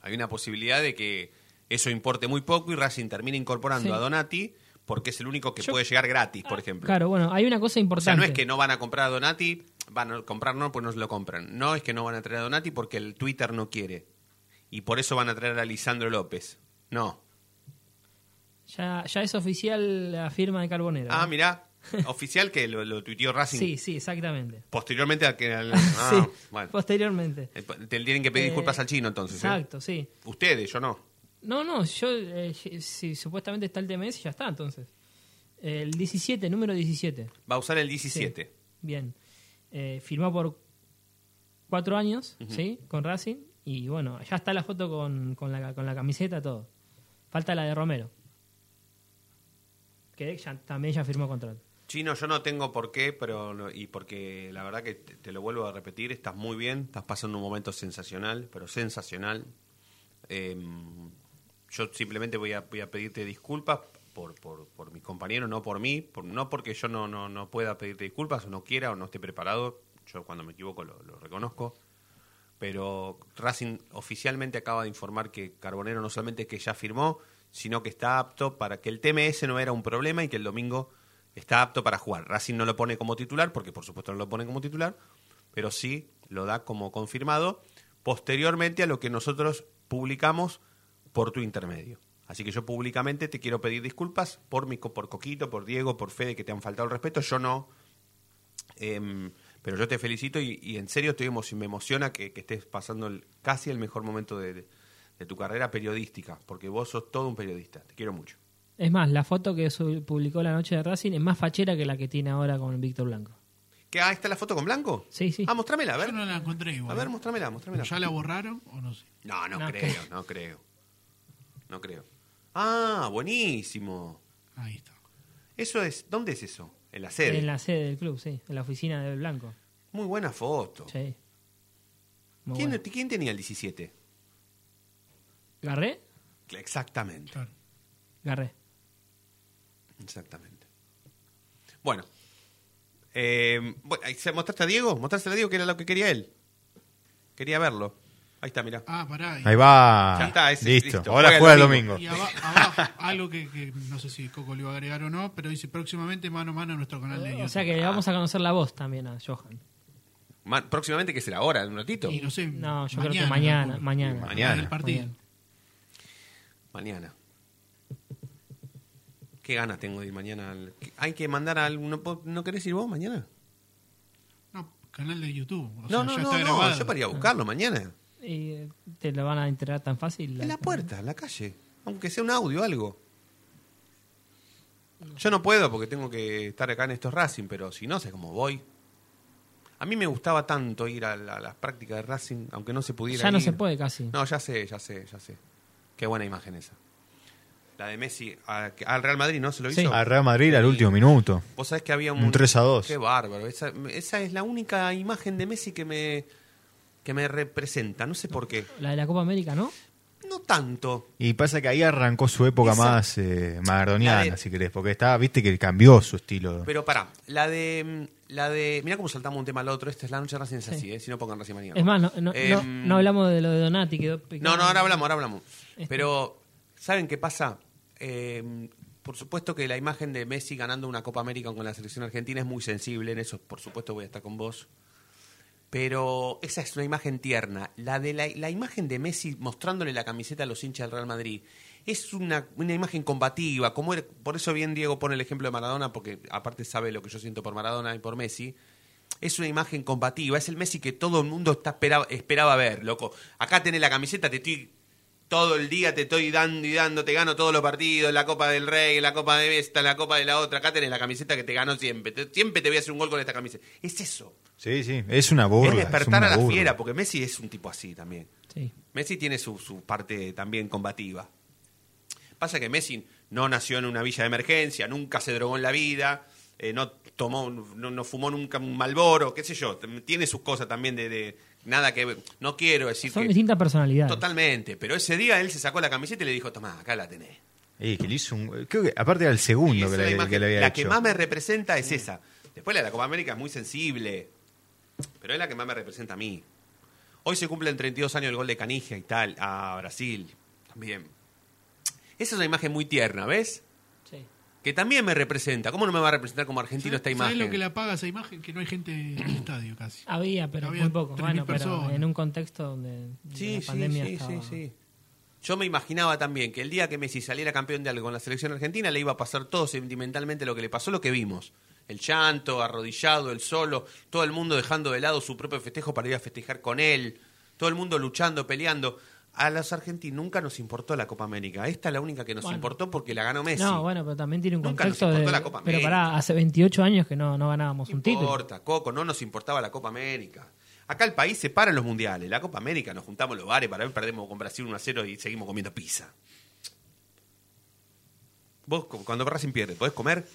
Speaker 2: Hay una posibilidad de que eso importe muy poco y Racing termine incorporando
Speaker 5: Sí.
Speaker 2: a Donati porque es el único que
Speaker 5: Yo- Ah,
Speaker 2: puede llegar gratis, por ejemplo.
Speaker 5: Claro, bueno, hay una cosa
Speaker 2: O
Speaker 5: importante.
Speaker 2: sea, no es que no van a comprar a Donati, van a comprar no, pues no se lo compran. No es que no van a traer a Donati porque el Twitter no quiere. Y por eso van a traer a Lisandro López. No.
Speaker 5: Ya, ya es oficial la firma de Carbonero.
Speaker 2: Ah,
Speaker 5: ¿no?
Speaker 2: mirá. Oficial que lo, lo tuiteó Racing.
Speaker 5: Sí, sí, exactamente.
Speaker 2: Posteriormente a que... al-
Speaker 5: Sí,
Speaker 2: ah, bueno.
Speaker 5: posteriormente.
Speaker 2: Eh, Te tienen que pedir disculpas
Speaker 5: Eh,
Speaker 2: al chino entonces. ¿eh?
Speaker 5: Exacto, sí.
Speaker 2: Ustedes, yo no.
Speaker 5: No, no, yo, eh, si supuestamente está el TMS, ya está entonces. El 17, número 17.
Speaker 2: Va a usar el
Speaker 5: Sí,
Speaker 2: 17.
Speaker 5: Bien. Eh, firmó por cuatro años, ¿sí? Con Racing. Y bueno, ya está la foto con, con la, con la camiseta, todo. Falta la de Romero. Que ya- también ya firmó contrato.
Speaker 2: Chino, yo no tengo por qué, pero no- y porque la verdad que te, te lo vuelvo a repetir, estás muy bien, estás pasando un momento sensacional, pero sensacional. Eh, yo simplemente voy a, voy a pedirte disculpas por, por, por mi compañero, no por mí, por- no porque yo no, no, no pueda pedirte disculpas o no quiera o no esté preparado, yo cuando me equivoco lo, lo reconozco, pero Racing oficialmente acaba de informar que Carbonero no solamente que ya firmó, sino que está apto para que el TMS no era un problema y que el domingo está apto para jugar. Racing no lo pone como titular, porque por supuesto no lo pone como titular, pero sí lo da como confirmado posteriormente a lo que nosotros publicamos por tu intermedio. Así que yo públicamente te quiero pedir disculpas por mi, co- por Coquito, por Diego, por Fede que te han faltado el respeto. Yo no, Em, pero yo te felicito y, y en serio estoy emo- me emociona que, que estés pasando el- casi el mejor momento de, de- de tu carrera periodística, porque vos sos todo un periodista. Te quiero mucho.
Speaker 5: Es más, la foto que su- publicó la noche de Racing es más fachera que la que tiene ahora con Víctor Blanco.
Speaker 2: ¿Qué, ah, está la foto con Blanco?
Speaker 5: Sí, sí.
Speaker 2: Ah, mostrámela, a
Speaker 3: Yo
Speaker 2: ver.
Speaker 3: no la encontré
Speaker 2: A
Speaker 3: igual. ¿eh?
Speaker 2: ver, mostrámela, mostrámela.
Speaker 3: ¿Ya la borraron o no sé?
Speaker 2: No, no,
Speaker 5: No,
Speaker 2: creo, no creo. No creo. Ah, buenísimo.
Speaker 3: Ahí está.
Speaker 2: Eso es, ¿dónde es eso? En la sede.
Speaker 5: En la sede del club, sí, en la oficina del Blanco.
Speaker 2: Muy buena foto.
Speaker 5: Sí. Muy
Speaker 2: ¿Quién,
Speaker 5: bueno.
Speaker 2: quién tenía el 17?
Speaker 5: ¿Garré?
Speaker 2: Exactamente.
Speaker 3: Claro.
Speaker 5: Garré.
Speaker 2: Exactamente. Bueno. Eh, bueno, ahí se- ¿Mostraste a Diego? ¿Mostraste a Diego que era lo que quería él? Quería verlo. Ahí está, mirá.
Speaker 3: Ah, pará. y-
Speaker 4: Ahí va.
Speaker 2: Ya está, ese es
Speaker 4: listo.
Speaker 2: listo.
Speaker 4: Ahora
Speaker 2: Juega el
Speaker 4: juega el
Speaker 2: domingo.
Speaker 4: domingo.
Speaker 3: Y aba- abajo, algo que, que no sé si Coco le iba a agregar o no, pero dice próximamente mano a mano en nuestro canal de YouTube.
Speaker 5: O sea que le vamos a conocer la voz también a Johan.
Speaker 2: Ma- próximamente, que será ahora? ¿En un ratito?
Speaker 3: Y no sé,
Speaker 5: No, yo creo que
Speaker 3: mañana,
Speaker 5: mañana,
Speaker 3: calculo.
Speaker 5: mañana.
Speaker 2: Mañana.
Speaker 3: El partido.
Speaker 5: Mañana.
Speaker 2: Mañana. ¿Qué ganas tengo de ir mañana? al- ¿Qué- Hay que mandar a alguno. ¿No querés ir vos mañana?
Speaker 3: No, canal de YouTube. O
Speaker 2: No,
Speaker 3: sea,
Speaker 2: no,
Speaker 3: ya
Speaker 2: no,
Speaker 3: está
Speaker 2: no,
Speaker 3: grabado.
Speaker 2: yo para ir a buscarlo mañana.
Speaker 5: ¿Y eh, te lo van a enterar tan fácil?
Speaker 2: En la puerta, en la calle. Aunque sea un audio, algo. Yo no puedo porque tengo que estar acá en estos Racing, pero si no, sé cómo voy. A mí me gustaba tanto ir a, la- a las prácticas de Racing, aunque no se pudiera
Speaker 5: Ya no
Speaker 2: ir.
Speaker 5: se puede casi.
Speaker 2: No, ya sé, ya sé, ya sé. Qué buena imagen esa. La de Messi a- al Real Madrid, ¿no? Se lo
Speaker 5: Sí.
Speaker 2: hizo.
Speaker 4: A Real Madrid al último minuto.
Speaker 2: Vos sabés que había un,
Speaker 4: Un 3 a 2.
Speaker 2: Qué bárbaro. Esa, esa es la única imagen de Messi que me, que me representa. No sé por qué.
Speaker 5: La de la Copa América, ¿no?
Speaker 2: No tanto.
Speaker 4: Y pasa que ahí arrancó su época
Speaker 2: Esa-
Speaker 4: más eh, maradoniana,
Speaker 2: La de-
Speaker 4: si querés, porque estaba, viste que cambió su estilo.
Speaker 2: Pero pará. La de. La de. Mirá cómo saltamos un tema al otro. Esta es la noche de Racing, es así, ¿eh? Si no pongan Racing mañana.
Speaker 5: Es más, no, no,
Speaker 2: Eh,
Speaker 5: no- no hablamos de lo de Donati. Quedó picado.
Speaker 2: No, no, ahora hablamos, ahora hablamos. Pero, ¿saben qué pasa? Eh, por supuesto que la imagen de Messi ganando una Copa América con la selección argentina es muy sensible, en eso por supuesto voy a estar con vos. Pero esa es una imagen tierna. La de la, la imagen de Messi mostrándole la camiseta a los hinchas del Real Madrid es una, una imagen combativa. Como era- por eso bien Diego pone el ejemplo de Maradona, porque aparte sabe lo que yo siento por Maradona y por Messi es una imagen combativa, es el Messi que todo el mundo está esperaba, esperaba ver, loco. Acá tenés la camiseta, te estoy todo el día te estoy dando y dando, te gano todos los partidos, la Copa del Rey, la Copa de esta, la Copa de la otra, acá tenés la camiseta que te ganó siempre, te- siempre te voy a hacer un gol con esta camiseta. Es eso,
Speaker 4: Sí, sí, es una
Speaker 2: es
Speaker 4: burla.
Speaker 2: despertar
Speaker 4: una
Speaker 2: a la
Speaker 4: burla.
Speaker 2: fiera, porque Messi es un tipo así también.
Speaker 5: Sí.
Speaker 2: Messi tiene su, su parte también combativa. Pasa que Messi no nació en una villa de emergencia, nunca se drogó en la vida, eh, no tomó, un- no, no fumó nunca un malboro, qué sé yo. T- Tiene sus cosas también de, de nada que ver. No quiero decir
Speaker 5: Son
Speaker 2: que-
Speaker 5: distintas personalidades.
Speaker 2: totalmente, pero ese día él se sacó la camiseta y le dijo, tomá, acá la tenés.
Speaker 4: Eh, que le hizo un- creo que aparte era el
Speaker 2: Y
Speaker 4: segundo
Speaker 2: esa
Speaker 4: que
Speaker 2: es
Speaker 4: le,
Speaker 2: la
Speaker 4: que
Speaker 2: imagen.
Speaker 4: le había
Speaker 2: La
Speaker 4: hecho.
Speaker 2: que más me representa es esa. Después la de la Copa América es muy sensible, pero es la que más me representa a mí. Hoy se cumplen 32 años el gol de Canigia y tal, a Brasil también. Esa es una imagen muy tierna, ¿ves?
Speaker 5: Sí.
Speaker 2: Que también me representa. ¿Cómo no me va a representar como argentino
Speaker 3: ¿Sabés-
Speaker 2: esta
Speaker 3: sabés
Speaker 2: imagen?
Speaker 3: lo que la paga esa imagen? Que no hay gente en el estadio casi.
Speaker 5: Había, pero
Speaker 3: Había
Speaker 5: muy poco.
Speaker 3: 3.000
Speaker 5: Bueno, pero
Speaker 3: personas.
Speaker 5: en un contexto donde
Speaker 2: Sí,
Speaker 5: la
Speaker 2: sí,
Speaker 5: pandemia
Speaker 2: sí,
Speaker 5: estaba...
Speaker 2: sí, sí. Yo me imaginaba también que el día que Messi saliera campeón de algo con la selección argentina le iba a pasar todo sentimentalmente lo que le pasó, lo que vimos. El llanto, arrodillado, el solo, todo el mundo dejando de lado su propio festejo para ir a festejar con él, todo el mundo luchando, peleando. A los argentinos nunca nos importó la Copa América. Esta es la única que nos
Speaker 5: Bueno.
Speaker 2: importó porque la ganó Messi.
Speaker 5: No, bueno, pero también tiene un
Speaker 2: Nunca nos
Speaker 5: contexto de...
Speaker 2: importó la Copa
Speaker 5: pero
Speaker 2: América.
Speaker 5: pará, hace 28 años que no, no ganábamos
Speaker 2: No
Speaker 5: un título.
Speaker 2: importa, Coco, no nos importaba la Copa América. Acá el país se para en los mundiales. La Copa América nos juntamos en los bares para ver, perdemos con Brasil 1 a 0 y seguimos comiendo pizza. Vos, cu- cuando Racing pierde, ¿podés comer?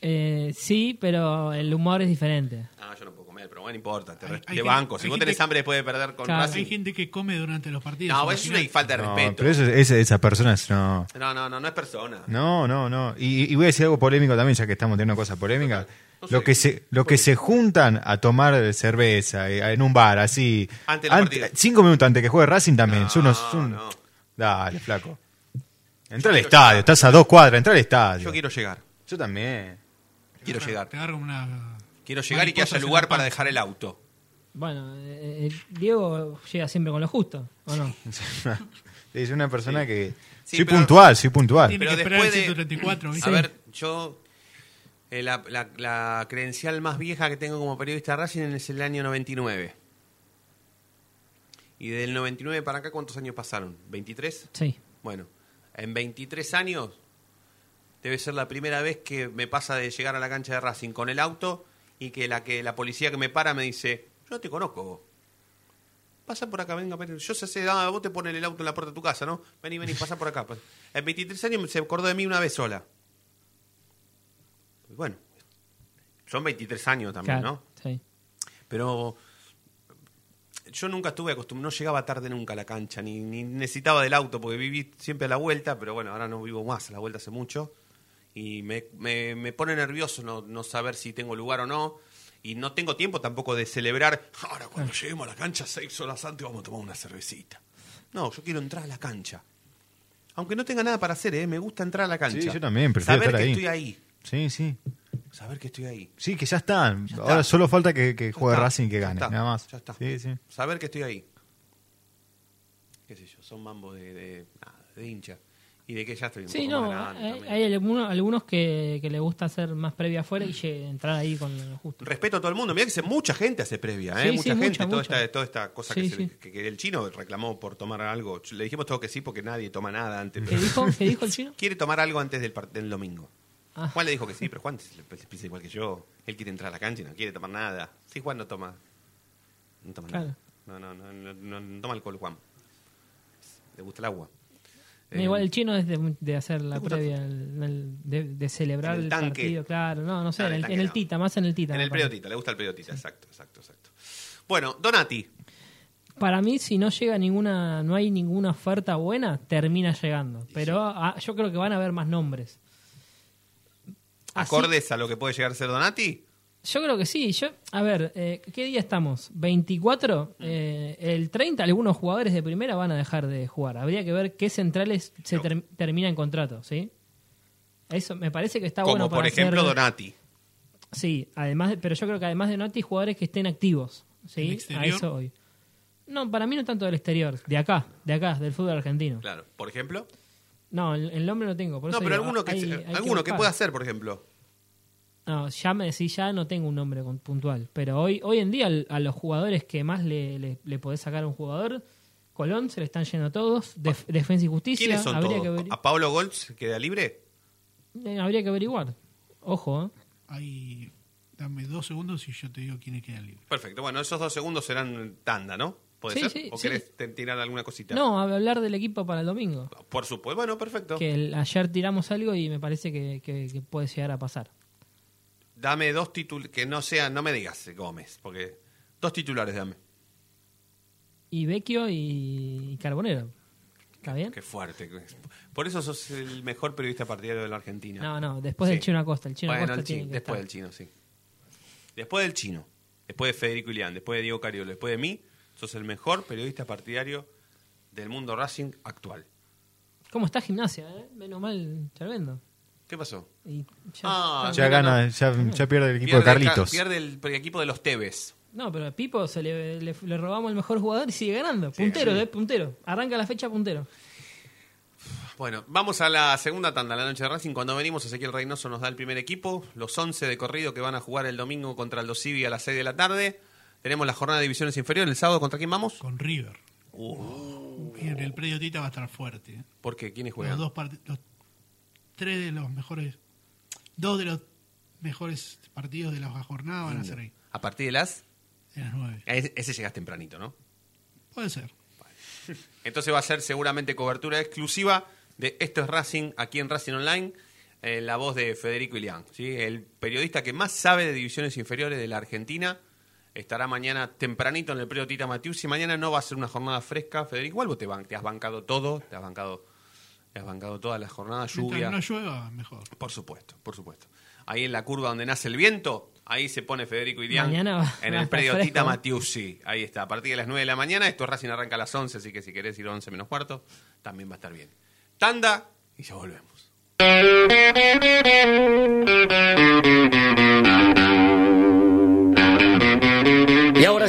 Speaker 5: Eh, sí, pero el humor es diferente.
Speaker 2: Ah, yo no puedo comer, pero bueno, no importa, te,
Speaker 3: Hay-
Speaker 2: re-
Speaker 3: hay
Speaker 2: de
Speaker 3: gente-
Speaker 2: banco. Si
Speaker 3: hay
Speaker 2: vos
Speaker 3: gente-
Speaker 2: tenés hambre después de perder con
Speaker 5: Claro.
Speaker 3: Hay
Speaker 2: Racing.
Speaker 3: gente que come durante los partidos.
Speaker 2: No, eso es una
Speaker 3: imaginate.
Speaker 2: falta de
Speaker 4: No,
Speaker 2: respeto.
Speaker 4: pero eso, esa- esas personas no.
Speaker 2: No, no, no, no es persona.
Speaker 4: No, no, no. Y, y voy a decir algo polémico también, ya que estamos teniendo cosas polémicas.
Speaker 2: No sé.
Speaker 4: Los que, se, los que se juntan a tomar cerveza eh, en un bar, así.
Speaker 2: Antes de los partidos.
Speaker 4: cinco minutos antes que juegue Racing también.
Speaker 2: No,
Speaker 4: son unos- son-
Speaker 2: no.
Speaker 4: Dale, flaco. Entra al
Speaker 2: quiero
Speaker 4: estadio,
Speaker 2: llegar.
Speaker 4: estás a dos cuadras, entra al estadio.
Speaker 2: Yo quiero llegar.
Speaker 4: Yo también.
Speaker 2: Quiero llegar.
Speaker 3: Te agarra una.
Speaker 2: Quiero llegar y que
Speaker 3: mariposas
Speaker 2: haya
Speaker 3: en la
Speaker 2: lugar para
Speaker 3: panza.
Speaker 2: dejar el auto.
Speaker 5: Bueno, eh, eh, Diego llega siempre con lo justo, ¿o no?
Speaker 4: Es una persona que.
Speaker 2: Sí,
Speaker 4: soy
Speaker 2: pero-
Speaker 4: puntual, soy puntual.
Speaker 3: Tiene
Speaker 2: Pero
Speaker 3: que esperar el
Speaker 2: después de-
Speaker 3: 134, ¿viste?
Speaker 2: A ver, yo. eh, la, la- la credencial más vieja que tengo como periodista de Racing es el año 99. Y del 99 para acá, ¿cuántos años pasaron? ¿23?
Speaker 5: Sí.
Speaker 2: Bueno, en 23 años debe ser la primera vez que me pasa de llegar a la cancha de Racing con el auto y que la, que la policía que me para me dice, yo no te conozco vos. Pasa por acá, venga, ven. yo sé, sé, ah, vos te pones el auto en la puerta de tu casa, ¿no? Vení, vení, pasa por acá. pasa. En 23 años se acordó de mí una vez sola. Bueno, son 23 años también,
Speaker 5: claro,
Speaker 2: ¿no?
Speaker 5: sí.
Speaker 2: Pero yo nunca estuve acostumbrado, no llegaba tarde nunca a la cancha, ni, ni necesitaba del auto, porque viví siempre a la vuelta, pero bueno, ahora no vivo más a la vuelta hace mucho. Y me, me- me pone nervioso no, no saber si tengo lugar o no. Y no tengo tiempo tampoco de celebrar. Ahora, cuando lleguemos a la cancha, seis horas antes vamos a tomar una cervecita. No, yo quiero entrar a la cancha. Aunque no tenga nada para hacer, ¿eh? me gusta entrar a la cancha.
Speaker 4: Sí, yo también, prefiero
Speaker 2: Saber
Speaker 4: estar
Speaker 2: que
Speaker 4: ahí.
Speaker 2: estoy ahí.
Speaker 4: Sí, sí.
Speaker 2: Saber que estoy ahí.
Speaker 4: Sí, que ya están.
Speaker 2: Ya está.
Speaker 4: Ahora solo falta que, que
Speaker 2: Ya
Speaker 4: juegue
Speaker 2: está,
Speaker 4: Racing y que
Speaker 2: ya
Speaker 4: gane,
Speaker 2: está,
Speaker 4: nada más.
Speaker 2: Ya está.
Speaker 4: Sí, sí.
Speaker 2: Saber que estoy ahí. Qué sé yo, son mambos de, de, nada, de hincha. Y de que ya estoy un
Speaker 5: Sí,
Speaker 2: poco
Speaker 5: no, eh,
Speaker 2: más grande
Speaker 5: hay,
Speaker 2: también.
Speaker 5: hay alguno- algunos que, que le gusta hacer más previa afuera y llegue- entrar ahí con lo justo.
Speaker 2: Respeto a todo el mundo. Mirá que se- mucha gente hace previa, ¿eh?
Speaker 5: Sí, sí,
Speaker 2: mucha gente.
Speaker 5: mucha,
Speaker 2: toda,
Speaker 5: mucha.
Speaker 2: Esta, toda esta cosa
Speaker 5: Sí,
Speaker 2: que, se-
Speaker 5: sí.
Speaker 2: que- que el chino reclamó por tomar algo. Le dijimos todo que sí porque nadie toma nada antes.
Speaker 5: ¿Qué dijo? ¿Qué dijo el chino?
Speaker 2: Quiere tomar algo antes del, par- del domingo.
Speaker 5: Ah.
Speaker 2: Juan le dijo que sí, pero Juan se le- se piensa igual que yo. Él quiere entrar a la cancha y no quiere tomar nada. Sí, Juan no toma. No toma
Speaker 5: Claro.
Speaker 2: nada. No, no, no, no, no- no toma alcohol, Juan. Le gusta el agua. Eh,
Speaker 5: Igual el chino es de, de hacer la
Speaker 2: ¿te gusta?
Speaker 5: previa, el- el- de, de celebrar
Speaker 2: En el
Speaker 5: el,
Speaker 2: tanque.
Speaker 5: partido, claro. No, no sé,
Speaker 2: No, en el
Speaker 5: en el,
Speaker 2: tanque
Speaker 5: en el
Speaker 2: no.
Speaker 5: Tita, más en el Tita.
Speaker 2: en
Speaker 5: me
Speaker 2: el
Speaker 5: parece.
Speaker 2: periodista, le gusta el periodista, exacto, exacto, exacto. Bueno, Donati.
Speaker 5: Para mí, si no llega ninguna, no hay ninguna oferta buena, termina llegando. Pero ah, yo creo que van a haber más nombres. Así-
Speaker 2: ¿Acordes a lo que puede llegar a ser Donati?
Speaker 5: Yo creo que sí. Yo, a ver, eh, ¿qué día estamos? ¿24?
Speaker 2: Mm.
Speaker 5: Eh, el 30 algunos jugadores de primera van a dejar de jugar. Habría que ver qué centrales se ter- termina en contrato, ¿sí? Eso me parece que está
Speaker 2: Como
Speaker 5: bueno para
Speaker 2: por ejemplo
Speaker 5: hacer-
Speaker 2: Donati.
Speaker 5: Sí, además, de- pero yo creo que además de Noti, jugadores que estén activos,
Speaker 3: ¿Del
Speaker 5: ¿sí? A
Speaker 3: exterior?
Speaker 5: eso hoy. No, para mí no tanto del exterior, de acá, de acá, del fútbol argentino.
Speaker 2: Claro, por ejemplo.
Speaker 5: No, el, el nombre no tengo. por
Speaker 2: No,
Speaker 5: eso
Speaker 2: pero
Speaker 5: digo,
Speaker 2: alguno que,
Speaker 5: hay-
Speaker 2: se-
Speaker 5: hay
Speaker 2: alguno que
Speaker 5: buscar.
Speaker 2: pueda hacer, por ejemplo.
Speaker 5: No, ya me decís, ya no tengo un nombre con- puntual. Pero hoy, hoy en día, al- a los jugadores que más le, le, le podés sacar a un jugador, Colón se le están yendo todos. Def- Defensa y Justicia.
Speaker 2: Ah, ¿Quiénes son
Speaker 5: habría,
Speaker 2: todos?
Speaker 5: Que averi-
Speaker 2: ¿A Pablo Golds queda libre?
Speaker 5: eh, habría que averiguar. Ojo, ¿eh?
Speaker 3: Ahí, dame dos segundos y yo te digo quiénes quedan libres.
Speaker 2: Perfecto. Bueno, esos dos segundos serán tanda, ¿no? ¿Puede
Speaker 5: Sí,
Speaker 2: ser?
Speaker 5: sí,
Speaker 2: ¿O
Speaker 5: sí.
Speaker 2: querés te- tirar alguna cosita?
Speaker 5: No, hab- hablar del equipo para el domingo.
Speaker 2: Por supuesto. Bueno, perfecto.
Speaker 5: Que el- ayer tiramos algo y me parece que, que- que puede llegar a pasar.
Speaker 2: Dame dos titulares. Que no sea, no me digas Gómez, porque. Dos titulares, dame.
Speaker 5: Y Vecchio y, y Carbonero. ¿Está bien?
Speaker 2: Qué fuerte. Por eso sos el mejor periodista partidario de la Argentina.
Speaker 5: No, no, después del
Speaker 2: Sí.
Speaker 5: Chino Acosta. El Chino
Speaker 2: Bueno,
Speaker 5: Acosta
Speaker 2: el chino,
Speaker 5: tiene que
Speaker 2: después del
Speaker 5: estar.
Speaker 2: chino, sí. Después del chino, después de Federico Ilián, después de Diego Cariolo, después de mí, sos el mejor periodista partidario del mundo Racing actual.
Speaker 5: ¿Cómo está gimnasia? eh? Menos mal, Charvendo.
Speaker 2: ¿Qué pasó?
Speaker 5: Y ya-
Speaker 2: Ah,
Speaker 4: Ya gana, ya, ya pierde el equipo de
Speaker 2: Pierde el ca-
Speaker 4: Carlitos.
Speaker 2: Pierde el, pre- equipo de los Tevez.
Speaker 5: No, pero a Pipo se le, le- le robamos el mejor jugador y sigue ganando. Puntero, eh, puntero. Arranca la fecha puntero.
Speaker 2: Bueno, vamos a la segunda tanda, la noche de Racing. Cuando venimos, Ezequiel Reynoso nos da el primer equipo. Los 11 de corrido que van a jugar el domingo contra el Dosivi a las 6 de la tarde. Tenemos la jornada de divisiones inferiores. ¿El sábado contra quién vamos?
Speaker 3: Con River.
Speaker 2: Uh,
Speaker 3: En el predio Tita va a estar fuerte. ¿eh?
Speaker 2: ¿Por qué? ¿Quiénes
Speaker 3: Los
Speaker 2: juegan?
Speaker 3: dos part- los tres de los mejores, dos de los mejores partidos de la jornada van a ser ahí,
Speaker 2: A partir de las...
Speaker 3: de las nueve.
Speaker 2: a Ese ese llegas tempranito, ¿no?
Speaker 3: Puede ser.
Speaker 2: Entonces va a ser seguramente cobertura exclusiva de Esto es Racing aquí en Racing Online, eh, la voz de Federico Ilián, ¿sí? el periodista que más sabe de divisiones inferiores de la Argentina. Estará mañana tempranito en el predio Tita Matiusi. Mañana no va a ser una jornada fresca, Federico. Igual vos te, ban- te has bancado todo, te has bancado, te has bancado todas las jornadas, lluvia.
Speaker 3: Mientras no llueva, mejor.
Speaker 2: Por supuesto, por supuesto. Ahí en la curva donde nace el viento, ahí se pone Federico Irián
Speaker 5: Mañana va-
Speaker 2: en
Speaker 5: va a
Speaker 2: el
Speaker 5: estar
Speaker 2: predio
Speaker 5: fresco,
Speaker 2: Tita
Speaker 5: ¿eh?
Speaker 2: Matiusi. Ahí está, a partir de las 9 de la mañana. Esto Racing arranca a las 11, así que si querés ir 11 menos cuarto, también va a estar bien. Tanda y ya volvemos.
Speaker 8: Y ahora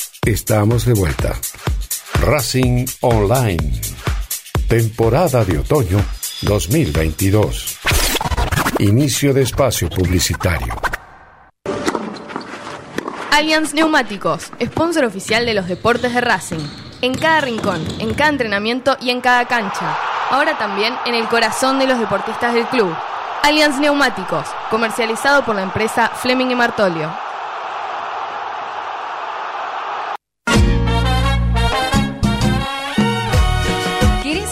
Speaker 6: estamos de vuelta. Racing Online. Temporada de otoño 2022. Inicio de espacio publicitario.
Speaker 7: Allianz Neumáticos, sponsor oficial de los deportes de Racing. En cada rincón, en cada entrenamiento y en cada cancha. Ahora también en el corazón de los deportistas del club. Allianz Neumáticos, comercializado por la empresa Fleming y Martolio.
Speaker 9: ¿Querés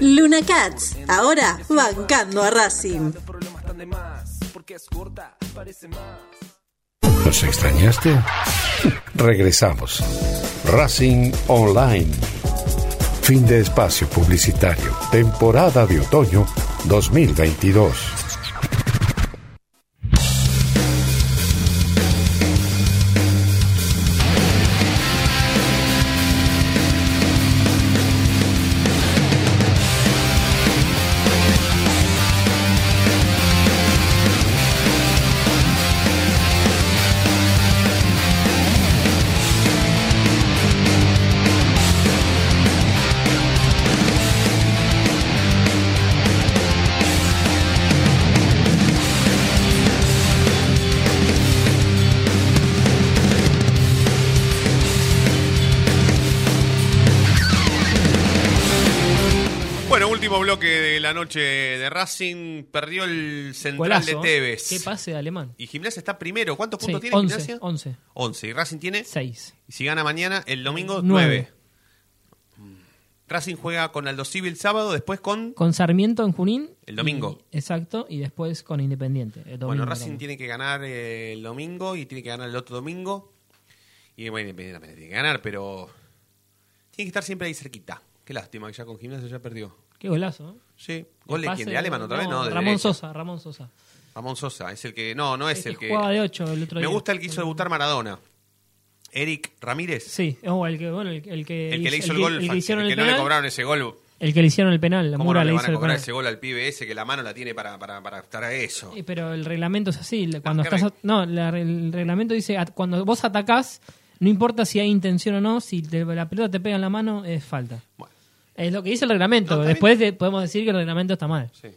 Speaker 10: Luna Cats, ahora bancando a Racing.
Speaker 6: ¿Nos extrañaste? Regresamos. Racing Online. Fin de espacio publicitario. Temporada de otoño 2022.
Speaker 2: Bueno, último bloque de la noche de Racing. Perdió el central
Speaker 5: Golazo.
Speaker 2: de Tevez.
Speaker 5: Qué pase de Alemán.
Speaker 2: Y Gimnasia está primero. ¿Cuántos
Speaker 5: Sí,
Speaker 2: puntos tiene
Speaker 5: 11,
Speaker 2: Gimnasia?
Speaker 5: 11.
Speaker 2: 11. Y Racing tiene
Speaker 5: 6.
Speaker 2: Y si gana mañana, el domingo,
Speaker 5: Nueve.
Speaker 2: 9. Racing juega con Aldo Civi el sábado, después con.
Speaker 5: Con Sarmiento en Junín.
Speaker 2: El domingo.
Speaker 5: y- exacto, y después con Independiente. el domingo
Speaker 2: bueno, Racing
Speaker 5: también.
Speaker 2: tiene que ganar eh, el domingo y tiene que ganar el otro domingo. Y bueno, Independiente tiene que ganar, pero. Tiene que estar siempre ahí cerquita. Qué lástima que ya con Gimnasia ya perdió.
Speaker 5: Qué golazo. ¿no?
Speaker 2: Sí. ¿Gol de
Speaker 5: El
Speaker 2: quién?
Speaker 5: pase-
Speaker 2: ¿De Alemán otra vez? No, de
Speaker 5: Ramón
Speaker 2: derecha.
Speaker 5: Sosa, Ramón Sosa.
Speaker 2: Ramón Sosa, es el que. No, no es
Speaker 5: El
Speaker 2: el que.
Speaker 5: que Este jugaba de ocho el otro
Speaker 2: Me
Speaker 5: día.
Speaker 2: gusta el que hizo debutar Maradona. Eric Ramírez.
Speaker 5: Sí, oh, el que, bueno, el, el que,
Speaker 2: El que le hizo el
Speaker 5: que-
Speaker 2: gol,
Speaker 5: el que,
Speaker 2: Fan-
Speaker 5: hicieron
Speaker 2: el que
Speaker 5: el,
Speaker 2: no le
Speaker 5: penal,
Speaker 2: cobraron ese gol.
Speaker 5: el que le hicieron el penal, la
Speaker 2: ¿Cómo no
Speaker 5: Mura
Speaker 2: le
Speaker 5: le
Speaker 2: van a
Speaker 5: hizo el
Speaker 2: cobrar
Speaker 5: penal.
Speaker 2: ese gol al pibe ese que la mano la tiene para, para, para estar a eso?
Speaker 5: Eh, Pero el reglamento es así. le- Cuando
Speaker 2: Ah, ¿qué
Speaker 5: estás a- no, la- el reglamento dice at- cuando vos atacás, no importa si hay intención o no, si te- la pelota te pega en la mano, es falta. Es lo que dice el reglamento. Después de- podemos decir que el reglamento está mal.
Speaker 2: Sí.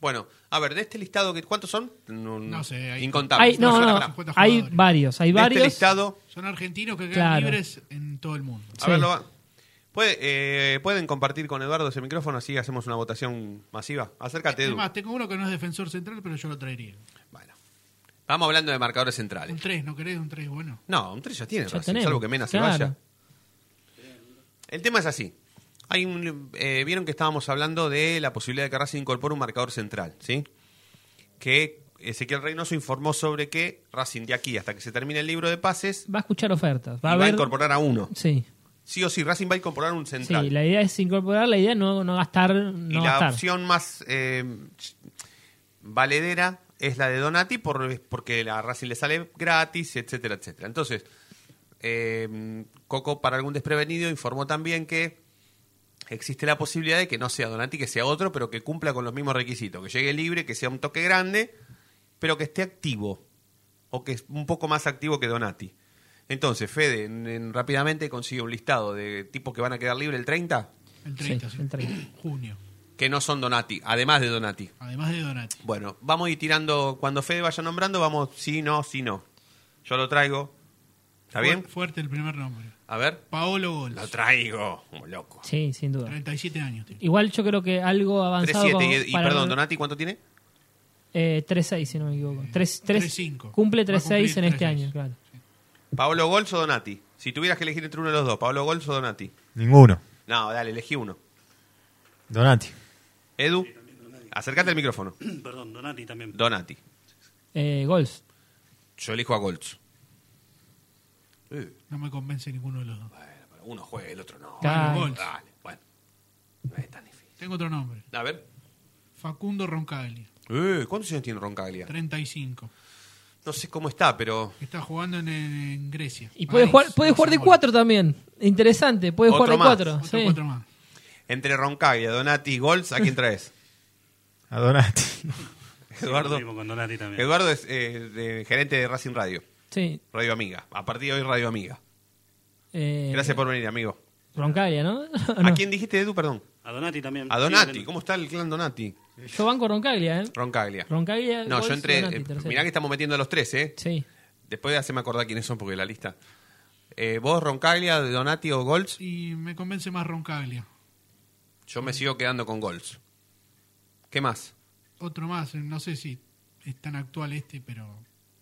Speaker 2: Bueno, a ver, de este listado, que- ¿cuántos son? No,
Speaker 3: sé, hay-
Speaker 2: incontables.
Speaker 5: Hay, no,
Speaker 2: Pará,
Speaker 5: no,
Speaker 2: pará.
Speaker 5: hay varios. Hay
Speaker 2: De este
Speaker 5: varios.
Speaker 2: listado-
Speaker 3: Son argentinos que quedan
Speaker 5: Claro.
Speaker 3: libres en todo el mundo.
Speaker 2: A ver, lo va- Puede, eh, ¿Pueden compartir con Eduardo ese micrófono? Así hacemos una votación masiva. Acércate, Edu.
Speaker 3: Además, tengo uno que no es defensor central, pero yo lo traería.
Speaker 2: Estamos hablando de marcadores centrales.
Speaker 3: Un 3, ¿no querés? Un 3 bueno.
Speaker 2: No, un 3 ya tiene,
Speaker 3: Ya
Speaker 2: Racing,
Speaker 3: tenemos,
Speaker 2: salvo que Mena
Speaker 3: claro.
Speaker 2: se vaya. El tema es así. Hay un, eh, Vieron que estábamos hablando de la posibilidad de que Racing incorpore un marcador central, ¿sí? Que Ezequiel Reynoso informó sobre que Racing de aquí hasta que se termine el libro de pases
Speaker 5: Va a escuchar ofertas. Va
Speaker 2: y
Speaker 5: a
Speaker 2: va a
Speaker 5: haber.
Speaker 2: incorporar a uno.
Speaker 5: Sí,
Speaker 2: Sí o sí, Racing va a incorporar un
Speaker 5: sí.
Speaker 2: central.
Speaker 5: La idea es incorporar, la idea es no, no gastar.
Speaker 2: y
Speaker 5: No
Speaker 2: la
Speaker 5: gastar.
Speaker 2: opción más eh, valedera es la de Donati por- porque la Racing le sale gratis, etcétera, etcétera. Entonces, eh, Coco, para algún desprevenido, informó también que existe la posibilidad de que no sea Donati, que sea otro, pero que cumpla con los mismos requisitos. Que llegue libre, que sea un toque grande, pero que esté activo. O que es un poco más activo que Donati. Entonces, Fede, en- en- rápidamente consigue un listado de tipos que van a quedar libres el 30,
Speaker 3: El 30,
Speaker 5: Sí,
Speaker 3: sí.
Speaker 5: el 30.
Speaker 3: Junio.
Speaker 2: que no son Donati, además de Donati.
Speaker 3: Además de Donati.
Speaker 2: Bueno, vamos a ir tirando, cuando Fede vaya nombrando, vamos, sí, no, sí, no. Yo lo traigo. ¿Está
Speaker 3: Fuer-
Speaker 2: bien?
Speaker 3: Fuerte el primer nombre.
Speaker 2: A ver.
Speaker 3: Paolo Gols.
Speaker 2: Lo traigo, como loco.
Speaker 5: Sí, sin duda.
Speaker 3: 37 años. tiene.
Speaker 5: Igual yo creo que algo avanzado.
Speaker 2: 3-7. Y, y
Speaker 5: para-
Speaker 2: perdón, Donati, ¿cuánto tiene?
Speaker 5: Eh, 3-6, si no me equivoco. 3,
Speaker 3: 3-5.
Speaker 5: Cumple
Speaker 3: Va a
Speaker 5: 3-6 en
Speaker 3: cumplir
Speaker 5: este
Speaker 3: 3-6.
Speaker 5: año, claro.
Speaker 2: ¿Paolo Golz o Donati? Si tuvieras que elegir entre uno de los dos, ¿Paolo Golz o Donati?
Speaker 4: Ninguno.
Speaker 2: No, dale, elegí uno.
Speaker 4: Donati.
Speaker 2: Edu, acércate al micrófono.
Speaker 11: Perdón, Donati también.
Speaker 2: Donati.
Speaker 5: Eh, goals.
Speaker 2: Yo elijo a Golz.
Speaker 3: No me convence ninguno de los dos.
Speaker 2: Uno juega, el otro no. Ah.
Speaker 3: Claro.
Speaker 2: Bueno, Dale, bueno.
Speaker 3: Tengo otro nombre.
Speaker 2: A ver.
Speaker 3: Facundo Roncaglia.
Speaker 2: Eh, ¿Cuántos años tiene Roncaglia?
Speaker 3: 35.
Speaker 2: No sé cómo está, pero...
Speaker 3: Está jugando en, en Grecia.
Speaker 5: Y puede
Speaker 3: París,
Speaker 5: jugar, puede jugar de
Speaker 3: Luxemburgo.
Speaker 5: 4 también. Interesante, puede
Speaker 2: Otro
Speaker 5: jugar de
Speaker 2: más.
Speaker 5: 4.
Speaker 2: Otro
Speaker 5: Sí.
Speaker 3: cuatro más.
Speaker 2: Entre Roncaglia, Donati y Golz, ¿a quién traes?
Speaker 4: A Donati.
Speaker 2: Eduardo.
Speaker 11: Lo mismo con Donati también.
Speaker 2: Eduardo es eh, de- gerente de Racing Radio.
Speaker 5: Sí.
Speaker 2: Radio Amiga. A partir de hoy, Radio Amiga.
Speaker 5: Eh,
Speaker 2: Gracias por venir, amigo.
Speaker 5: Roncaglia, ¿no? No.
Speaker 2: ¿A quién dijiste, Edu? Perdón.
Speaker 11: A Donati también.
Speaker 2: A
Speaker 11: Sí,
Speaker 2: Donati.
Speaker 11: bueno.
Speaker 2: ¿Cómo está el clan Donati?
Speaker 5: Yo banco Roncaglia, ¿eh?
Speaker 2: Roncaglia.
Speaker 5: Roncaglia.
Speaker 2: No,
Speaker 5: goals,
Speaker 2: yo entré.
Speaker 5: Donati,
Speaker 2: eh,
Speaker 5: tercero.
Speaker 2: mirá que estamos metiendo a los tres, ¿eh?
Speaker 5: Sí.
Speaker 2: Después haceme acordar quiénes son porque la lista. Eh, ¿Vos, Roncaglia, Donati o Golds?
Speaker 3: Y me convence más Roncaglia.
Speaker 2: Yo me sigo quedando con Golds. ¿Qué más?
Speaker 3: Otro más, eh, no sé si es tan actual este, pero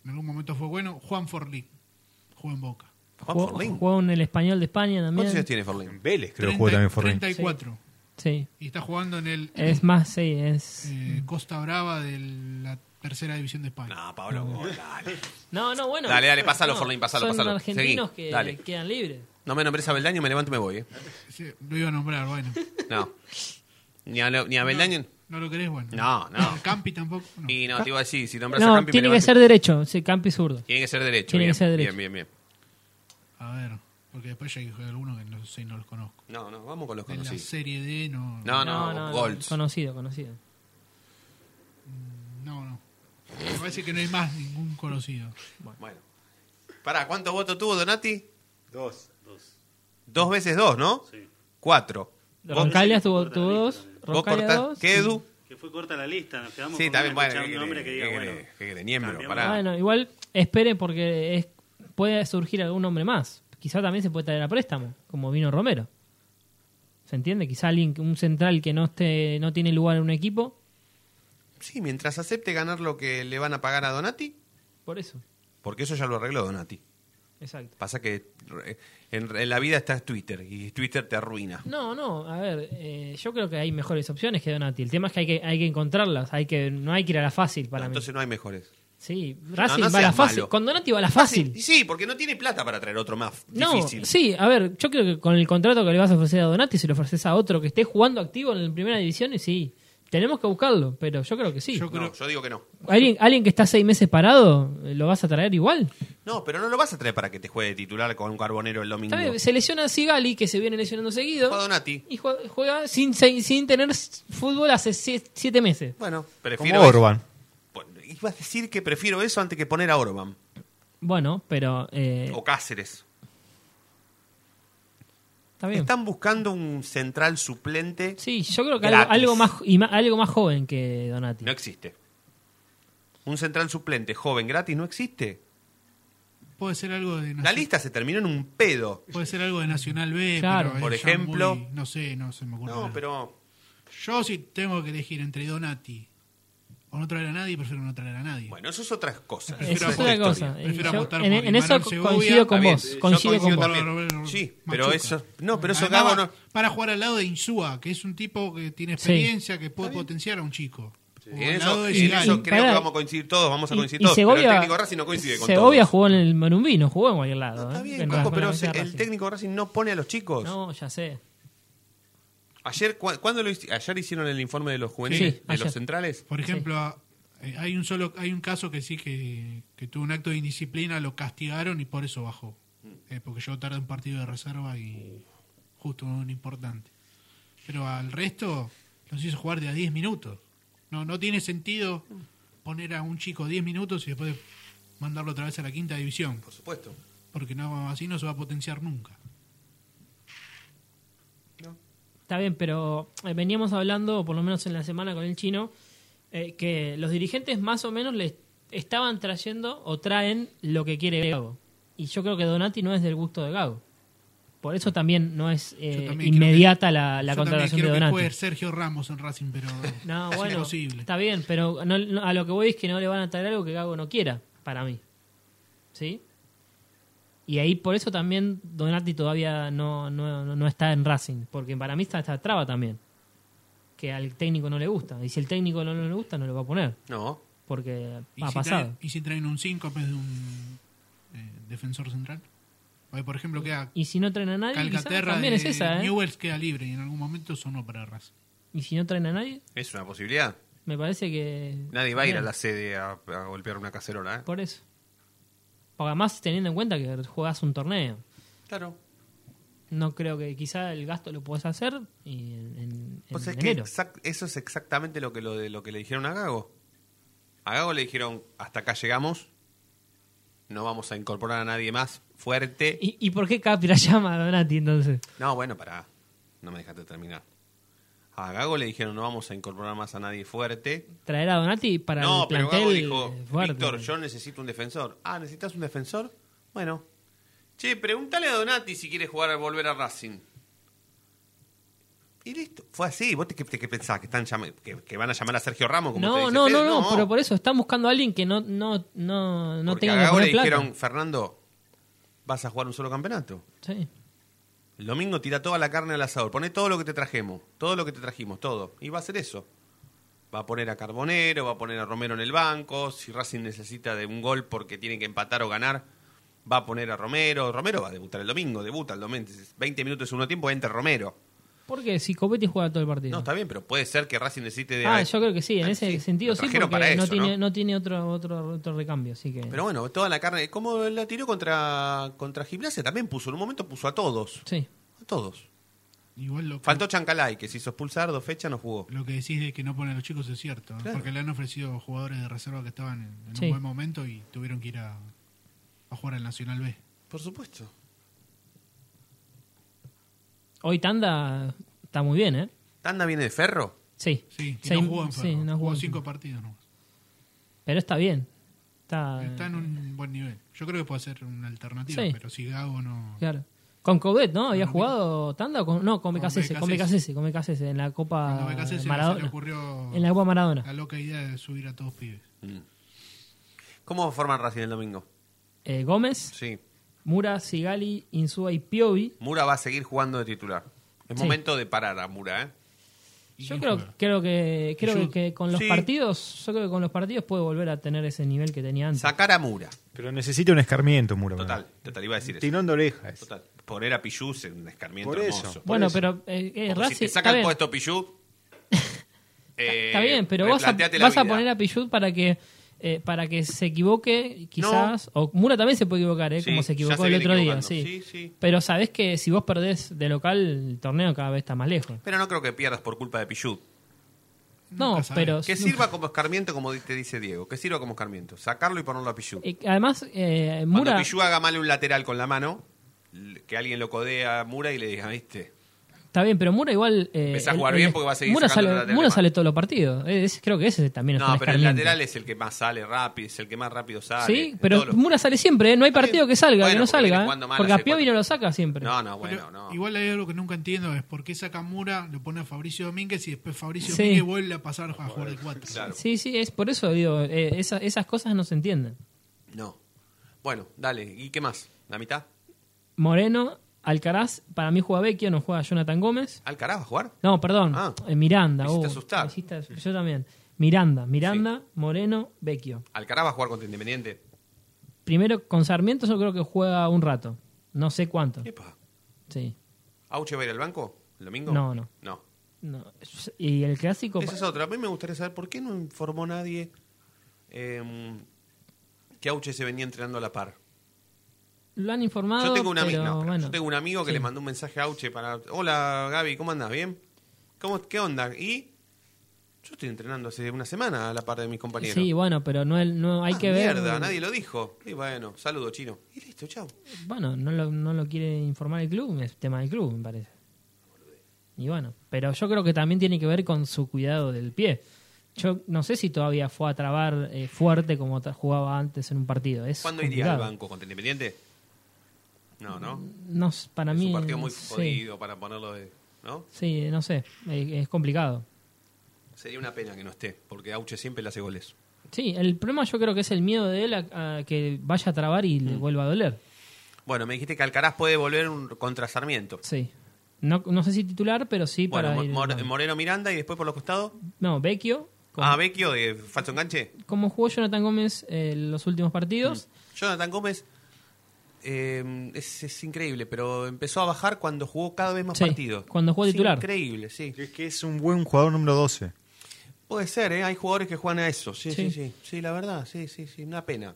Speaker 3: en algún momento fue bueno. Juan Forlín. Jugó en Boca.
Speaker 2: Juan
Speaker 5: Jugó-
Speaker 2: Forlín.
Speaker 5: Jugó en el español de España también.
Speaker 2: ¿Cuántos años tiene Forlín?
Speaker 4: Vélez, creo que
Speaker 3: 30
Speaker 4: jugó también Forlín.
Speaker 3: 34.
Speaker 5: Sí.
Speaker 3: Y está jugando en el
Speaker 5: Es más, sí, es.
Speaker 3: eh, Costa Brava de la tercera división de España.
Speaker 2: No, Pablo Golds, dale.
Speaker 5: No, no, bueno.
Speaker 2: Dale, dale, pasalo,
Speaker 5: No,
Speaker 2: Forlín, pasalo,
Speaker 5: son
Speaker 2: pasalo.
Speaker 5: argentinos
Speaker 2: Seguí,
Speaker 5: que
Speaker 2: dale.
Speaker 5: quedan libres.
Speaker 2: No me nombres a Beldaño, me levanto y me voy, ¿eh?
Speaker 3: Sí, lo iba a nombrar, bueno.
Speaker 2: No. Ni a, lo- ni a Beldaño.
Speaker 3: ¿No lo querés? Bueno.
Speaker 2: No, no.
Speaker 3: Campi tampoco. No.
Speaker 2: Y no, te iba a decir, si nombras a
Speaker 5: No,
Speaker 2: Campi, me
Speaker 5: tiene que
Speaker 2: levanto.
Speaker 5: ser derecho, sí, Campi zurdo.
Speaker 2: Tiene que ser derecho.
Speaker 5: Tiene que
Speaker 2: bien,
Speaker 5: ser derecho.
Speaker 2: Bien, bien, bien.
Speaker 3: A ver, porque después ya hay algunos que no sé, no los conozco.
Speaker 2: No, no, vamos con los
Speaker 3: En la
Speaker 2: conocidos.
Speaker 3: Serie D no.
Speaker 2: No, no, Golds.
Speaker 5: Conocido, conocido.
Speaker 3: Mm, No, no. Me parece que no hay más ningún conocido.
Speaker 2: Bueno. Pará, ¿cuántos votos tuvo Donati?
Speaker 11: Dos. Dos.
Speaker 2: Dos veces dos, ¿no?
Speaker 11: Sí.
Speaker 2: Cuatro. Vos-
Speaker 5: Roncaglia tuvo, tuvo dos.
Speaker 2: Vos
Speaker 5: Roncaglia
Speaker 2: cortás-
Speaker 5: dos.
Speaker 2: ¿Qué, Edu?
Speaker 11: Que fue corta la lista. Nos quedamos
Speaker 2: Sí,
Speaker 11: con
Speaker 2: está bien,
Speaker 11: una,
Speaker 2: bueno.
Speaker 11: escuchar
Speaker 2: ¿Qué
Speaker 11: un nombre que diga, bueno.
Speaker 2: querés? ¿Qué querés? Niembro,
Speaker 11: cambiamos.
Speaker 2: pará.
Speaker 5: Bueno, igual espere porque es- puede surgir algún nombre más. Quizá también se puede traer a préstamo, como vino Romero. ¿Se entiende? Quizá alguien, un central que no esté, no tiene lugar en un equipo.
Speaker 2: Sí, mientras acepte ganar lo que le van a pagar a Donati,
Speaker 5: Por eso,
Speaker 2: porque eso ya lo arregló Donati.
Speaker 5: exacto.
Speaker 2: Pasa que eh, en, en la vida está Twitter y Twitter te arruina.
Speaker 5: No, no, a ver, eh, yo creo que hay mejores opciones que Donati. El tema es que hay que, hay que encontrarlas, hay que, no hay que ir a la fácil para mí.
Speaker 2: Entonces no hay mejores.
Speaker 5: Sí, Racing
Speaker 2: no
Speaker 5: va a la
Speaker 2: seas
Speaker 5: fácil.
Speaker 2: malo.
Speaker 5: Con Donati va a la fácil.
Speaker 2: Y sí, porque no tiene plata para traer otro más
Speaker 5: No,
Speaker 2: difícil.
Speaker 5: sí, a ver, yo creo que con el contrato que le vas a ofrecer a Donati, si lo ofreces a otro que esté jugando activo en la primera división, y sí, tenemos que buscarlo, pero yo creo que sí.
Speaker 3: Yo
Speaker 2: No,
Speaker 3: creo.
Speaker 2: yo digo que no.
Speaker 5: ¿Alguien, alguien que está seis meses parado, eh, lo vas a traer igual.
Speaker 2: No, pero no lo vas a traer para que te juegue de titular con un carbonero el domingo.
Speaker 5: Está bien, Se lesiona Sigali, que se viene lesionando seguido,
Speaker 2: Juega Donati.
Speaker 5: y juega, juega sin, se- sin tener s- fútbol hace sie- siete meses.
Speaker 2: Bueno,
Speaker 4: Como
Speaker 2: prefiero.
Speaker 4: Orban.
Speaker 2: Bueno, Iba a decir que prefiero eso antes que poner a Orban
Speaker 5: Bueno, pero eh,
Speaker 2: o Cáceres.
Speaker 5: está bien.
Speaker 2: Están buscando un central suplente.
Speaker 5: Sí, yo creo que algo,
Speaker 2: Gratis.
Speaker 5: algo más, y ma- algo más joven que Donati.
Speaker 2: No existe. Un central suplente joven gratis no existe.
Speaker 3: Puede ser algo de
Speaker 2: La
Speaker 3: Nacional,
Speaker 2: lista se terminó en un pedo.
Speaker 3: puede ser algo de Nacional B,
Speaker 5: Claro.
Speaker 3: pero es
Speaker 2: Por
Speaker 3: ya
Speaker 2: ejemplo.
Speaker 3: muy- no sé, no se me ocurre.
Speaker 2: No,
Speaker 3: nada.
Speaker 2: pero
Speaker 3: Yo si tengo que elegir entre Donati o no traer a nadie, prefiero no traer a nadie.
Speaker 2: bueno, eso es otra cosa.
Speaker 5: Eso
Speaker 3: Prefiero
Speaker 5: es otra
Speaker 3: apostar.
Speaker 5: cosa. Eh,
Speaker 3: Prefiero
Speaker 5: yo
Speaker 3: apostar
Speaker 5: en,
Speaker 3: por
Speaker 5: en eso
Speaker 3: Imanol Segovia.
Speaker 5: coincido con
Speaker 2: Está bien,
Speaker 5: vos.
Speaker 2: yo
Speaker 5: Coincido con
Speaker 2: coincido
Speaker 5: vos.
Speaker 2: también. Sí, pero eso- no, pero eso
Speaker 3: Además,
Speaker 2: Gabo no-
Speaker 3: Para jugar al lado de Insúa, que es un tipo que tiene
Speaker 5: Sí.
Speaker 3: experiencia, que puede potenciar a un chico. O
Speaker 2: En
Speaker 3: al lado
Speaker 2: eso,
Speaker 3: de
Speaker 2: en
Speaker 3: Sigali.
Speaker 2: eso creo
Speaker 5: pará.
Speaker 2: que vamos a coincidir todos, vamos a
Speaker 5: Y,
Speaker 2: coincidir
Speaker 5: y
Speaker 2: todos. pero el
Speaker 5: Segovia,
Speaker 2: técnico Racing no coincide con
Speaker 5: Segovia
Speaker 2: todos.
Speaker 5: jugó en el Morumbí, no jugó en cualquier lado.
Speaker 2: Está
Speaker 5: ¿eh?
Speaker 2: bien,
Speaker 5: En
Speaker 2: Coco,
Speaker 5: Ra-
Speaker 2: pero
Speaker 5: en
Speaker 2: se-
Speaker 5: Racing.
Speaker 2: el técnico Racing no pone a los chicos.
Speaker 5: No, ya sé.
Speaker 2: Ayer, cua- ¿cuándo lo hici- ayer hicieron el informe de los juveniles,
Speaker 5: Sí,
Speaker 2: de
Speaker 5: ayer.
Speaker 2: los centrales.
Speaker 3: Por ejemplo, a- eh, hay un solo hay un caso que sí que, que tuvo un acto de indisciplina, lo castigaron y por eso
Speaker 2: Mm.
Speaker 3: bajó. Eh, porque llegó tarde a un partido de reserva y justo un importante. Pero al resto los hizo jugar de a 10 minutos. No, no tiene sentido poner a un chico 10 minutos y después mandarlo otra vez a la quinta división. Por
Speaker 2: supuesto.
Speaker 3: Porque no, así no se va a potenciar nunca.
Speaker 5: Está bien, pero eh, veníamos hablando, o por lo menos en la semana con el chino, eh, que los dirigentes más o menos les estaban trayendo o traen lo que quiere Gago. Y yo creo que Donati no es del gusto de Gago. Por eso también no es eh,
Speaker 3: Yo también
Speaker 5: inmediata
Speaker 3: quiero que-
Speaker 5: la, la
Speaker 3: yo también
Speaker 5: contratación de
Speaker 3: quiero que
Speaker 5: Donati.
Speaker 3: juegue Sergio Ramos en Racing, pero
Speaker 5: No,
Speaker 3: es
Speaker 5: Ah, bueno,
Speaker 3: imposible.
Speaker 5: está bien, pero no- no- a lo que voy es que no le van a traer algo que Gago no quiera, para mí. ¿Sí? Y ahí por eso también Donati todavía no, no, no- no está en Racing, porque para mí está esta traba también, que al técnico no le gusta. Y si el técnico no, no le gusta, no lo va a poner,
Speaker 2: No.
Speaker 5: porque
Speaker 3: ¿Y
Speaker 5: ha
Speaker 3: si
Speaker 5: pasado.
Speaker 3: traen- ¿Y si traen un 5 en vez de un eh, defensor central? Porque, por ejemplo, queda
Speaker 5: Y si no traen a nadie, quizás
Speaker 3: Calcaterra
Speaker 5: también
Speaker 3: de
Speaker 5: es esa, ¿eh?
Speaker 3: Newell's queda libre y en algún momento sonó para Racing.
Speaker 5: Y si no traen a nadie,
Speaker 2: Es una posibilidad.
Speaker 5: me parece que...
Speaker 2: Nadie va a ir a
Speaker 5: Bien,
Speaker 2: la sede a, a golpear una cacerola, ¿eh?
Speaker 5: Por eso. Porque además teniendo en cuenta que jugás un torneo.
Speaker 2: Claro.
Speaker 5: No creo que quizá el gasto lo puedes hacer y en, en-
Speaker 2: Pues es
Speaker 5: en
Speaker 2: que
Speaker 5: enero.
Speaker 2: exact- eso es exactamente lo que, lo, de, lo que le dijeron a Gago. A Gago le dijeron, hasta acá llegamos, no vamos a incorporar a nadie más fuerte.
Speaker 5: ¿Y, y por qué Capra llama a Donati entonces?
Speaker 2: No, bueno, pará, no me dejaste terminar. A Gago le dijeron, no vamos a incorporar más a nadie fuerte.
Speaker 5: Traer a Donati para
Speaker 2: no,
Speaker 5: el
Speaker 2: pero Gago
Speaker 5: plantel
Speaker 2: dijo,
Speaker 5: fuerte.
Speaker 2: Víctor, yo necesito un defensor. Ah, ¿necesitas un defensor? Bueno. Che, pregúntale a Donati si quiere jugar a volver a Racing. Y listo. Fue así. ¿Vos te, qué, qué pensás? ¿Que, están llama- que, que van a llamar a Sergio Ramos? Como te
Speaker 5: No,
Speaker 2: dice
Speaker 5: no,
Speaker 2: Fede?
Speaker 5: no, no, pero por eso están buscando a alguien que no, no, no, no
Speaker 2: Porque
Speaker 5: tenga
Speaker 2: a
Speaker 5: que
Speaker 2: Gago le
Speaker 5: poner plata.
Speaker 2: dijeron, Fernando, vas a jugar un solo campeonato.
Speaker 5: Sí.
Speaker 2: El domingo tira toda la carne al asador. Poné todo lo que te trajemos. Todo lo que te trajimos, todo. Y va a hacer eso. Va a poner a Carbonero, va a poner a Romero en el banco. Si Racing necesita de un gol porque tiene que empatar o ganar, va a poner a Romero. Romero va a debutar el domingo, debuta el domingo. 20 minutos de segundo tiempo, entra Romero.
Speaker 5: Porque si Copetti juega todo el partido.
Speaker 2: No, está bien, pero puede ser que Racing necesite de...
Speaker 5: ah, yo creo que sí, en ese sentido
Speaker 2: lo
Speaker 5: sí,
Speaker 2: trajeron
Speaker 5: porque
Speaker 2: para
Speaker 5: no,
Speaker 2: eso,
Speaker 5: tiene,
Speaker 2: ¿no?
Speaker 5: no tiene otro, otro, otro recambio, así que...
Speaker 2: Pero bueno, toda la carne... Como la tiró contra, contra Gimnasia, también puso. En un momento puso a todos.
Speaker 5: Sí.
Speaker 2: A todos.
Speaker 3: Igual lo,
Speaker 2: Faltó Chancalay, que se hizo expulsar, dos fechas no jugó.
Speaker 3: lo que decís de que no ponen a los chicos es cierto. ¿eh? Porque le han ofrecido jugadores de reserva que estaban en, en
Speaker 5: Sí.
Speaker 3: un buen momento y tuvieron que ir a, a jugar al Nacional B.
Speaker 2: Por supuesto.
Speaker 5: Hoy Tanda está muy bien, ¿eh?
Speaker 2: ¿Tanda viene de Ferro?
Speaker 5: Sí.
Speaker 3: Sí, que
Speaker 5: Seis-
Speaker 3: no jugó en
Speaker 5: sí,
Speaker 3: Ferro.
Speaker 5: no jugó
Speaker 3: jugó
Speaker 5: en
Speaker 3: cinco partidos nomás.
Speaker 5: Pero está bien. Está,
Speaker 3: Está en un buen nivel. Yo creo que puede ser una alternativa,
Speaker 5: Sí.
Speaker 3: pero si Gago no...
Speaker 5: Claro. Con Covet, ¿no? ¿Había jugado Tanda? o con- no, con
Speaker 3: Con
Speaker 5: Becasese, con
Speaker 3: Becasese.
Speaker 5: Becasese, con Becasese, en la Copa
Speaker 3: Cuando Becasese
Speaker 5: Maradona.
Speaker 3: se le ocurrió Ah.
Speaker 5: En la Copa Maradona.
Speaker 3: La loca idea de subir a todos pibes.
Speaker 4: Mm.
Speaker 2: ¿Cómo forman Racing el domingo?
Speaker 5: Eh, Gómez,
Speaker 2: Sí.
Speaker 5: Mura, Sigali, Insúa y Piovi.
Speaker 2: Mura va a seguir jugando de titular. Es
Speaker 5: Sí.
Speaker 2: momento de parar a Mura, ¿eh?
Speaker 5: Yo creo, creo que creo que, que con los
Speaker 2: Sí.
Speaker 5: partidos, yo creo que con los partidos puede volver a tener ese nivel que tenía antes.
Speaker 2: Sacar a Mura.
Speaker 4: Pero necesita un escarmiento, Muro.
Speaker 2: Total, total, iba a decir eso.
Speaker 4: Tirón de orejas.
Speaker 2: Total. Poner a Pillú es un escarmiento
Speaker 4: Por eso,
Speaker 2: hermoso.
Speaker 5: bueno, pero eh, eh,
Speaker 2: Porque
Speaker 5: Racing
Speaker 2: si te
Speaker 5: está
Speaker 2: saca el
Speaker 5: bien,
Speaker 2: puesto Pillú... eh,
Speaker 5: está bien, pero vas a,
Speaker 2: replanteate la
Speaker 5: vas a
Speaker 2: vida.
Speaker 5: poner a Pichut para que eh, para que se equivoque, quizás, o Mura también se puede equivocar, ¿eh?
Speaker 2: Sí,
Speaker 5: como se
Speaker 2: ya
Speaker 5: equivocó
Speaker 2: se
Speaker 5: el
Speaker 2: viene
Speaker 5: otro día,
Speaker 2: equivocando.
Speaker 5: sí.
Speaker 2: Sí, sí.
Speaker 5: Pero sabés que si vos perdés de local, el torneo cada vez está más lejos.
Speaker 2: Pero no creo que pierdas por culpa de Pillú.
Speaker 5: No, pero
Speaker 2: Que sirva como escarmiento, como te dice Diego. Que sirva como escarmiento. Sacarlo y ponerlo a Pillú.
Speaker 5: Eh, además, eh,
Speaker 2: Cuando
Speaker 5: Mura.
Speaker 2: Pillú haga mal un lateral con la mano, l- que alguien lo codee a Mura y le diga, viste,
Speaker 5: Está bien, pero Mura igual. eh,
Speaker 2: Empezá a
Speaker 5: el-
Speaker 2: jugar
Speaker 5: el-
Speaker 2: bien porque va a seguir
Speaker 5: Mura
Speaker 2: sacando
Speaker 5: sale,
Speaker 2: el lateral
Speaker 5: Mura
Speaker 2: de
Speaker 5: sale todos los partidos. Es- creo que ese también es
Speaker 2: No,
Speaker 5: un
Speaker 2: pero el
Speaker 5: escarmiento.
Speaker 2: lateral es el que más sale rápido, es el que más rápido sale.
Speaker 5: Sí,
Speaker 2: De
Speaker 5: pero
Speaker 2: todos los-
Speaker 5: Mura sale siempre, ¿eh? no hay partido que salga,
Speaker 2: Bueno,
Speaker 5: que no
Speaker 2: porque viene
Speaker 5: salga. ¿eh?
Speaker 2: jugando mal
Speaker 5: Porque a
Speaker 2: hace
Speaker 5: Piovi
Speaker 2: cuatro-
Speaker 5: no lo saca siempre.
Speaker 2: No, no, bueno,
Speaker 3: Pero
Speaker 2: no.
Speaker 3: Igual hay algo que nunca entiendo es por qué saca Mura, lo pone a Fabricio Domínguez y después Fabricio
Speaker 5: Sí.
Speaker 3: Domínguez vuelve a pasar a jugar de cuatro.
Speaker 5: Sí, sí, es por eso digo, eh, esa- esas cosas no se entienden.
Speaker 2: No. Bueno, dale, ¿y qué más? ¿La mitad?
Speaker 5: Moreno, Alcaraz, para mí juega Vecchio, no juega Jonathan Gómez.
Speaker 2: ¿Alcaraz va a jugar?
Speaker 5: No, perdón, eh, Miranda.
Speaker 2: Ah. me hiciste
Speaker 5: oh,
Speaker 2: asustar.
Speaker 5: me hiciste asu- yo también. Miranda, Miranda, Moreno, Vecchio.
Speaker 2: ¿Alcaraz va a jugar contra Independiente?
Speaker 5: Primero con Sarmiento yo creo que juega un rato, no sé cuánto.
Speaker 2: Epa.
Speaker 5: Sí.
Speaker 2: ¿Auche va a ir al banco el domingo?
Speaker 5: No, no.
Speaker 2: No.
Speaker 5: No, Y el clásico...
Speaker 2: Esa es otra. A mí me gustaría saber por qué no informó nadie eh, que Auche se venía entrenando a la par.
Speaker 5: Lo han informado,
Speaker 2: Yo tengo, un ami-
Speaker 5: Ah, pero
Speaker 2: no, pero
Speaker 5: bueno.
Speaker 2: yo tengo un amigo que
Speaker 5: sí.
Speaker 2: le mandó un mensaje a Auche para... Hola Gaby, ¿cómo andás? ¿Bien? ¿Cómo, ¿Qué onda? Y yo estoy entrenando hace una semana a la par de mis compañeros.
Speaker 5: Sí, bueno, pero no, no hay
Speaker 2: Ah,
Speaker 5: que ver.
Speaker 2: Mierda, nadie lo dijo. Y bueno, saludo chino. Y listo, chao.
Speaker 5: Bueno, no lo, no lo quiere informar el club, es tema del club, me parece. Y bueno, pero yo creo que también tiene que ver con su cuidado del pie. Yo no sé si todavía fue a trabar eh, fuerte como tra- jugaba antes en un partido. Es
Speaker 2: ¿Cuándo iría al
Speaker 5: complicado.
Speaker 2: banco contra Independiente? No, ¿no?
Speaker 5: No, s- para
Speaker 2: es
Speaker 5: mí.
Speaker 2: un partido muy
Speaker 5: sí.
Speaker 2: jodido para ponerlo de. ¿No?
Speaker 5: Sí, no sé, eh, es complicado.
Speaker 2: Sería una pena que no esté, porque Auche siempre le hace goles.
Speaker 5: Sí, el problema yo creo que es el miedo de él a, a que vaya a trabar y
Speaker 2: Mm.
Speaker 5: le vuelva a doler.
Speaker 2: Bueno, me dijiste que Alcaraz puede volver un- contra Sarmiento.
Speaker 5: Sí. No, no sé si titular, pero sí
Speaker 2: Bueno,
Speaker 5: para
Speaker 2: Mo-
Speaker 5: ir-
Speaker 2: Mor- Moreno Miranda y después por los costados.
Speaker 5: No, Vecchio.
Speaker 2: Ah, Vecchio de Falso Enganche.
Speaker 5: Como jugó Jonathan Gómez eh, los últimos partidos,
Speaker 2: Jonathan Gómez eh, es, es increíble, pero empezó a bajar cuando jugó cada vez más
Speaker 5: Sí,
Speaker 2: partidos.
Speaker 5: cuando jugó
Speaker 2: Es
Speaker 5: titular.
Speaker 2: Increíble, sí. Es que
Speaker 4: Es un buen jugador número 12.
Speaker 2: Puede ser, ¿eh? Hay jugadores que juegan a eso. Sí, sí,
Speaker 5: Sí.
Speaker 2: sí. Sí, la verdad, sí, sí, sí. Una pena.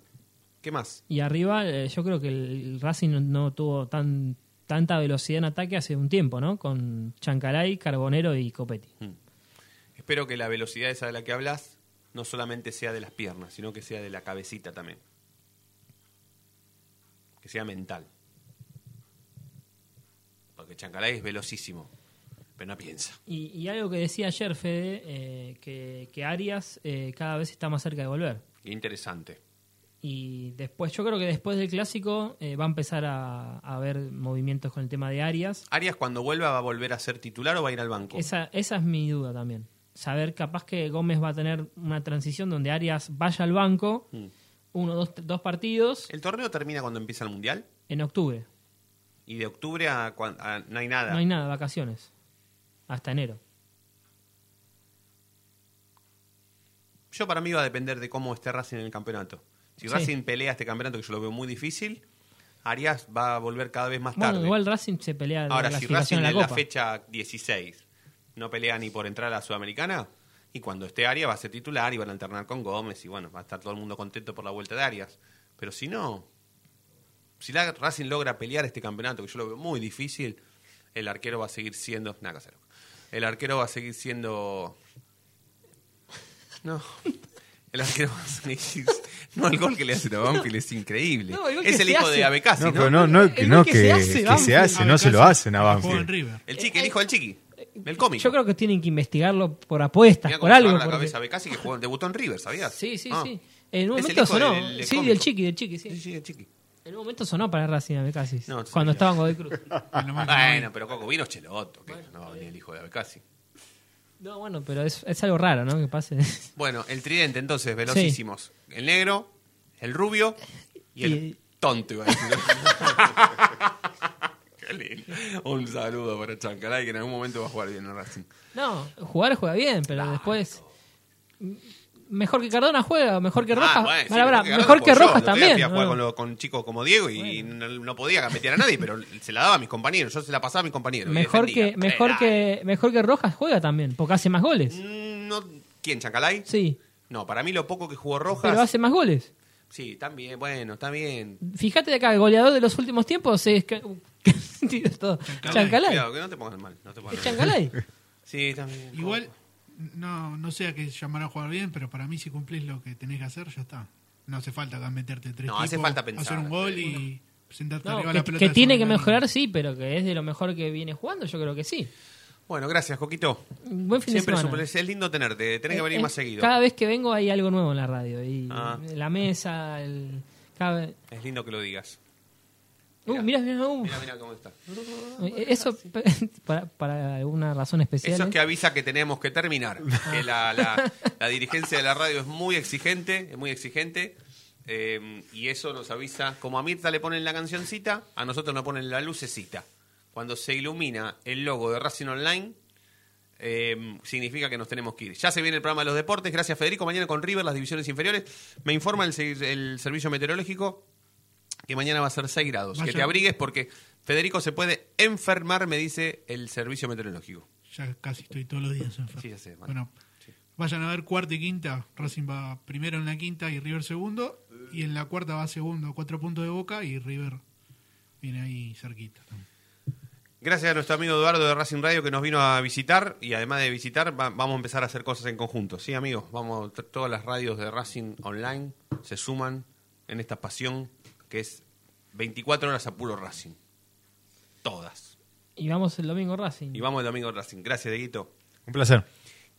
Speaker 2: ¿Qué más?
Speaker 5: Y arriba, eh, yo creo que el Racing no, no tuvo tan tanta velocidad en ataque hace un tiempo, ¿no? Con Chancalay, Carbonero y Copetti.
Speaker 2: Espero que la velocidad esa de la que hablas no solamente sea de las piernas, sino que sea de la cabecita también. Que sea mental. Porque Chancalay es velocísimo, pero no piensa.
Speaker 5: Y, y algo que decía ayer, Fede, eh, que, que Arias eh, cada vez está más cerca de volver.
Speaker 2: Qué interesante.
Speaker 5: Y después, yo creo que después del clásico eh, va a empezar a, a haber movimientos con el tema de Arias.
Speaker 2: ¿Arias cuando vuelva va a volver a ser titular o va a ir al banco?
Speaker 5: Esa, esa es mi duda también. Saber capaz que Gómez va a tener una transición donde Arias vaya al banco,
Speaker 2: Mm.
Speaker 5: uno, dos, dos partidos
Speaker 2: ¿El torneo termina cuando empieza el Mundial?
Speaker 5: en octubre.
Speaker 2: Y de octubre a, cuan- a- no hay nada.
Speaker 5: No hay nada, vacaciones. Hasta enero.
Speaker 2: Yo para mí va a depender de cómo esté Racing en el campeonato. Si
Speaker 5: Sí.
Speaker 2: Racing pelea este campeonato, que yo lo veo muy difícil, Arias va a volver cada vez más
Speaker 5: Bueno,
Speaker 2: tarde.
Speaker 5: igual Racing se pelea de
Speaker 2: Ahora,
Speaker 5: la
Speaker 2: si Racing
Speaker 5: clasificación
Speaker 2: en
Speaker 5: a
Speaker 2: la,
Speaker 5: la Copa.
Speaker 2: fecha 16 no pelea ni por entrar a la Sudamericana, y cuando esté Arias va a ser titular y van a alternar con Gómez, y bueno, va a estar todo el mundo contento por la vuelta de Arias. Pero si no, si la Racing logra pelear este campeonato, que yo lo veo muy difícil, el arquero va a seguir siendo. Nada que hacer. El arquero va a seguir siendo. No. El arquero va a seguir. No, el gol que le hace a Banfield es increíble.
Speaker 5: No, el gol
Speaker 2: es
Speaker 5: que
Speaker 2: el
Speaker 5: se
Speaker 2: hijo
Speaker 5: hace.
Speaker 2: de Abecasi,
Speaker 4: No,
Speaker 2: ¿no?
Speaker 4: pero no, no, que, no,
Speaker 5: que
Speaker 4: que,
Speaker 5: se
Speaker 4: que
Speaker 5: hace,
Speaker 4: se hace,
Speaker 5: Banfield.
Speaker 4: no se lo hacen a Banfield.
Speaker 2: El chiqui, el hijo del chiqui.
Speaker 5: Eh,
Speaker 2: El cómico.
Speaker 5: Yo creo que tienen que investigarlo por apuestas,
Speaker 2: Mirá
Speaker 5: por
Speaker 2: cómo se
Speaker 5: algo.
Speaker 2: agarra la
Speaker 5: porque-
Speaker 2: cabeza Becasi que jugó, debutó en River, ¿sabías?
Speaker 5: Sí, sí,
Speaker 2: Ah.
Speaker 5: sí. En un
Speaker 2: Es el
Speaker 5: momento
Speaker 2: hijo
Speaker 5: sonó.
Speaker 2: del- del
Speaker 5: sí,
Speaker 2: cómico.
Speaker 5: del chiqui, del chiqui, sí.
Speaker 2: sí, del chiqui.
Speaker 5: En un momento sonó para Racing Becasi.
Speaker 2: No,
Speaker 5: cuando
Speaker 2: sí, ya.
Speaker 5: estaba en Godoy Cruz.
Speaker 2: bueno, pero Coco vino Cheloto, que no venía el hijo de Becasi.
Speaker 5: no, bueno, pero es, es algo raro, ¿no? Que pase.
Speaker 2: Bueno, el tridente entonces, velocísimos. El negro, el rubio y el
Speaker 5: Y-
Speaker 2: tonto, iba a decir. Qué lindo. Un saludo para Chancalay, que en algún momento va a jugar bien en Racing.
Speaker 5: No, jugar juega bien, pero después. M- Mejor que Cardona juega, mejor que Rojas.
Speaker 2: Ah, bueno, sí,
Speaker 5: Mala, mala,
Speaker 2: Garrado
Speaker 5: mejor
Speaker 2: jugó
Speaker 5: que
Speaker 2: yo. El
Speaker 5: Rojas
Speaker 2: otro día
Speaker 5: también.
Speaker 2: Fui a jugar
Speaker 5: ¿no?
Speaker 2: con, lo- con chicos como Diego y no, no podía gambetear a nadie, pero se la daba a mis compañeros. Yo se la pasaba a mis compañeros. y
Speaker 5: Mejor
Speaker 2: defendía.
Speaker 5: que, mejor,
Speaker 2: Era-
Speaker 5: que, mejor que Rojas juega también, porque hace más goles.
Speaker 2: No, ¿Quién, Chancalay?
Speaker 5: Sí.
Speaker 2: No, para mí lo poco que jugó Rojas.
Speaker 5: Pero hace más goles.
Speaker 2: Sí, también, bueno, está bien.
Speaker 5: Fíjate acá, el goleador de los últimos tiempos es. ca- Tiro todo. Chancalay.
Speaker 2: Cuidado, que no te pongas mal. No te pongas
Speaker 5: Es
Speaker 2: mal.
Speaker 5: Chancalay.
Speaker 2: Sí, también.
Speaker 3: Igual, no, no sé a qué llamar a jugar bien, pero para mí si cumplís lo que tenés que hacer, ya está. No hace falta acá meterte tres
Speaker 2: No, hace
Speaker 3: tipos,
Speaker 2: falta pensar.
Speaker 3: hacer un gol y sentarte
Speaker 5: No,
Speaker 3: arriba
Speaker 5: que,
Speaker 3: la pelota.
Speaker 5: que
Speaker 3: de
Speaker 5: tiene que
Speaker 3: segunda línea.
Speaker 5: mejorar, sí, pero que es de lo mejor que viene jugando, yo creo que sí.
Speaker 2: Bueno, gracias, Coquito.
Speaker 5: Buen fin de
Speaker 2: Siempre es un
Speaker 5: semana.
Speaker 2: placer, es lindo tenerte. Tenés que venir
Speaker 5: Eh,
Speaker 2: más
Speaker 5: eh,
Speaker 2: seguido.
Speaker 5: Cada vez que vengo hay algo nuevo en la radio. Y
Speaker 2: Ah.
Speaker 5: La mesa, el. Cada... vez-
Speaker 2: Es lindo que lo digas.
Speaker 5: Uh, mirá, mirá, uh.
Speaker 2: Mira, mira cómo está.
Speaker 5: Eh, Eso para, para alguna razón especial.
Speaker 2: Eso es
Speaker 5: ¿eh?
Speaker 2: que avisa que tenemos que terminar. Que la, la- la dirigencia de la radio es muy exigente, es muy exigente. eh, y eso nos avisa, como a Mirta le ponen la cancioncita, a nosotros nos ponen la lucecita. Cuando se ilumina el logo de Racing Online, eh, significa que nos tenemos que ir. Ya se viene el programa de los deportes. Gracias, Federico. Mañana con River, las divisiones inferiores. Me informa el, se- el servicio meteorológico que mañana va a ser 6 grados.
Speaker 3: Vaya.
Speaker 2: Que te abrigues porque Federico se puede enfermar, me dice el servicio meteorológico.
Speaker 3: Ya casi estoy todos los días enfermo.
Speaker 2: Sí, ya sé, Manu.
Speaker 3: Bueno, vayan a ver cuarta y quinta. Racing va primero en la quinta y River segundo. Y en la cuarta va segundo, cuatro puntos de boca y River viene ahí cerquita.
Speaker 2: Gracias a nuestro amigo Eduardo de Racing Radio que nos vino a visitar y además de visitar va- vamos a empezar a hacer cosas en conjunto. Sí, amigos, vamos t- todas las radios de Racing online se suman en esta pasión que es 24 horas a puro Racing. Todas.
Speaker 5: Y vamos el domingo Racing.
Speaker 2: Y vamos el domingo Racing. Gracias, Deguito.
Speaker 4: Un placer.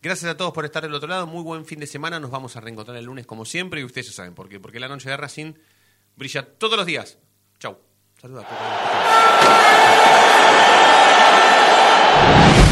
Speaker 2: Gracias a todos por estar del otro lado. Muy buen fin de semana. Nos vamos a reencontrar el lunes como siempre y ustedes ya saben por qué, porque la noche de Racing brilla todos los días. Chau. Saluda. Coco.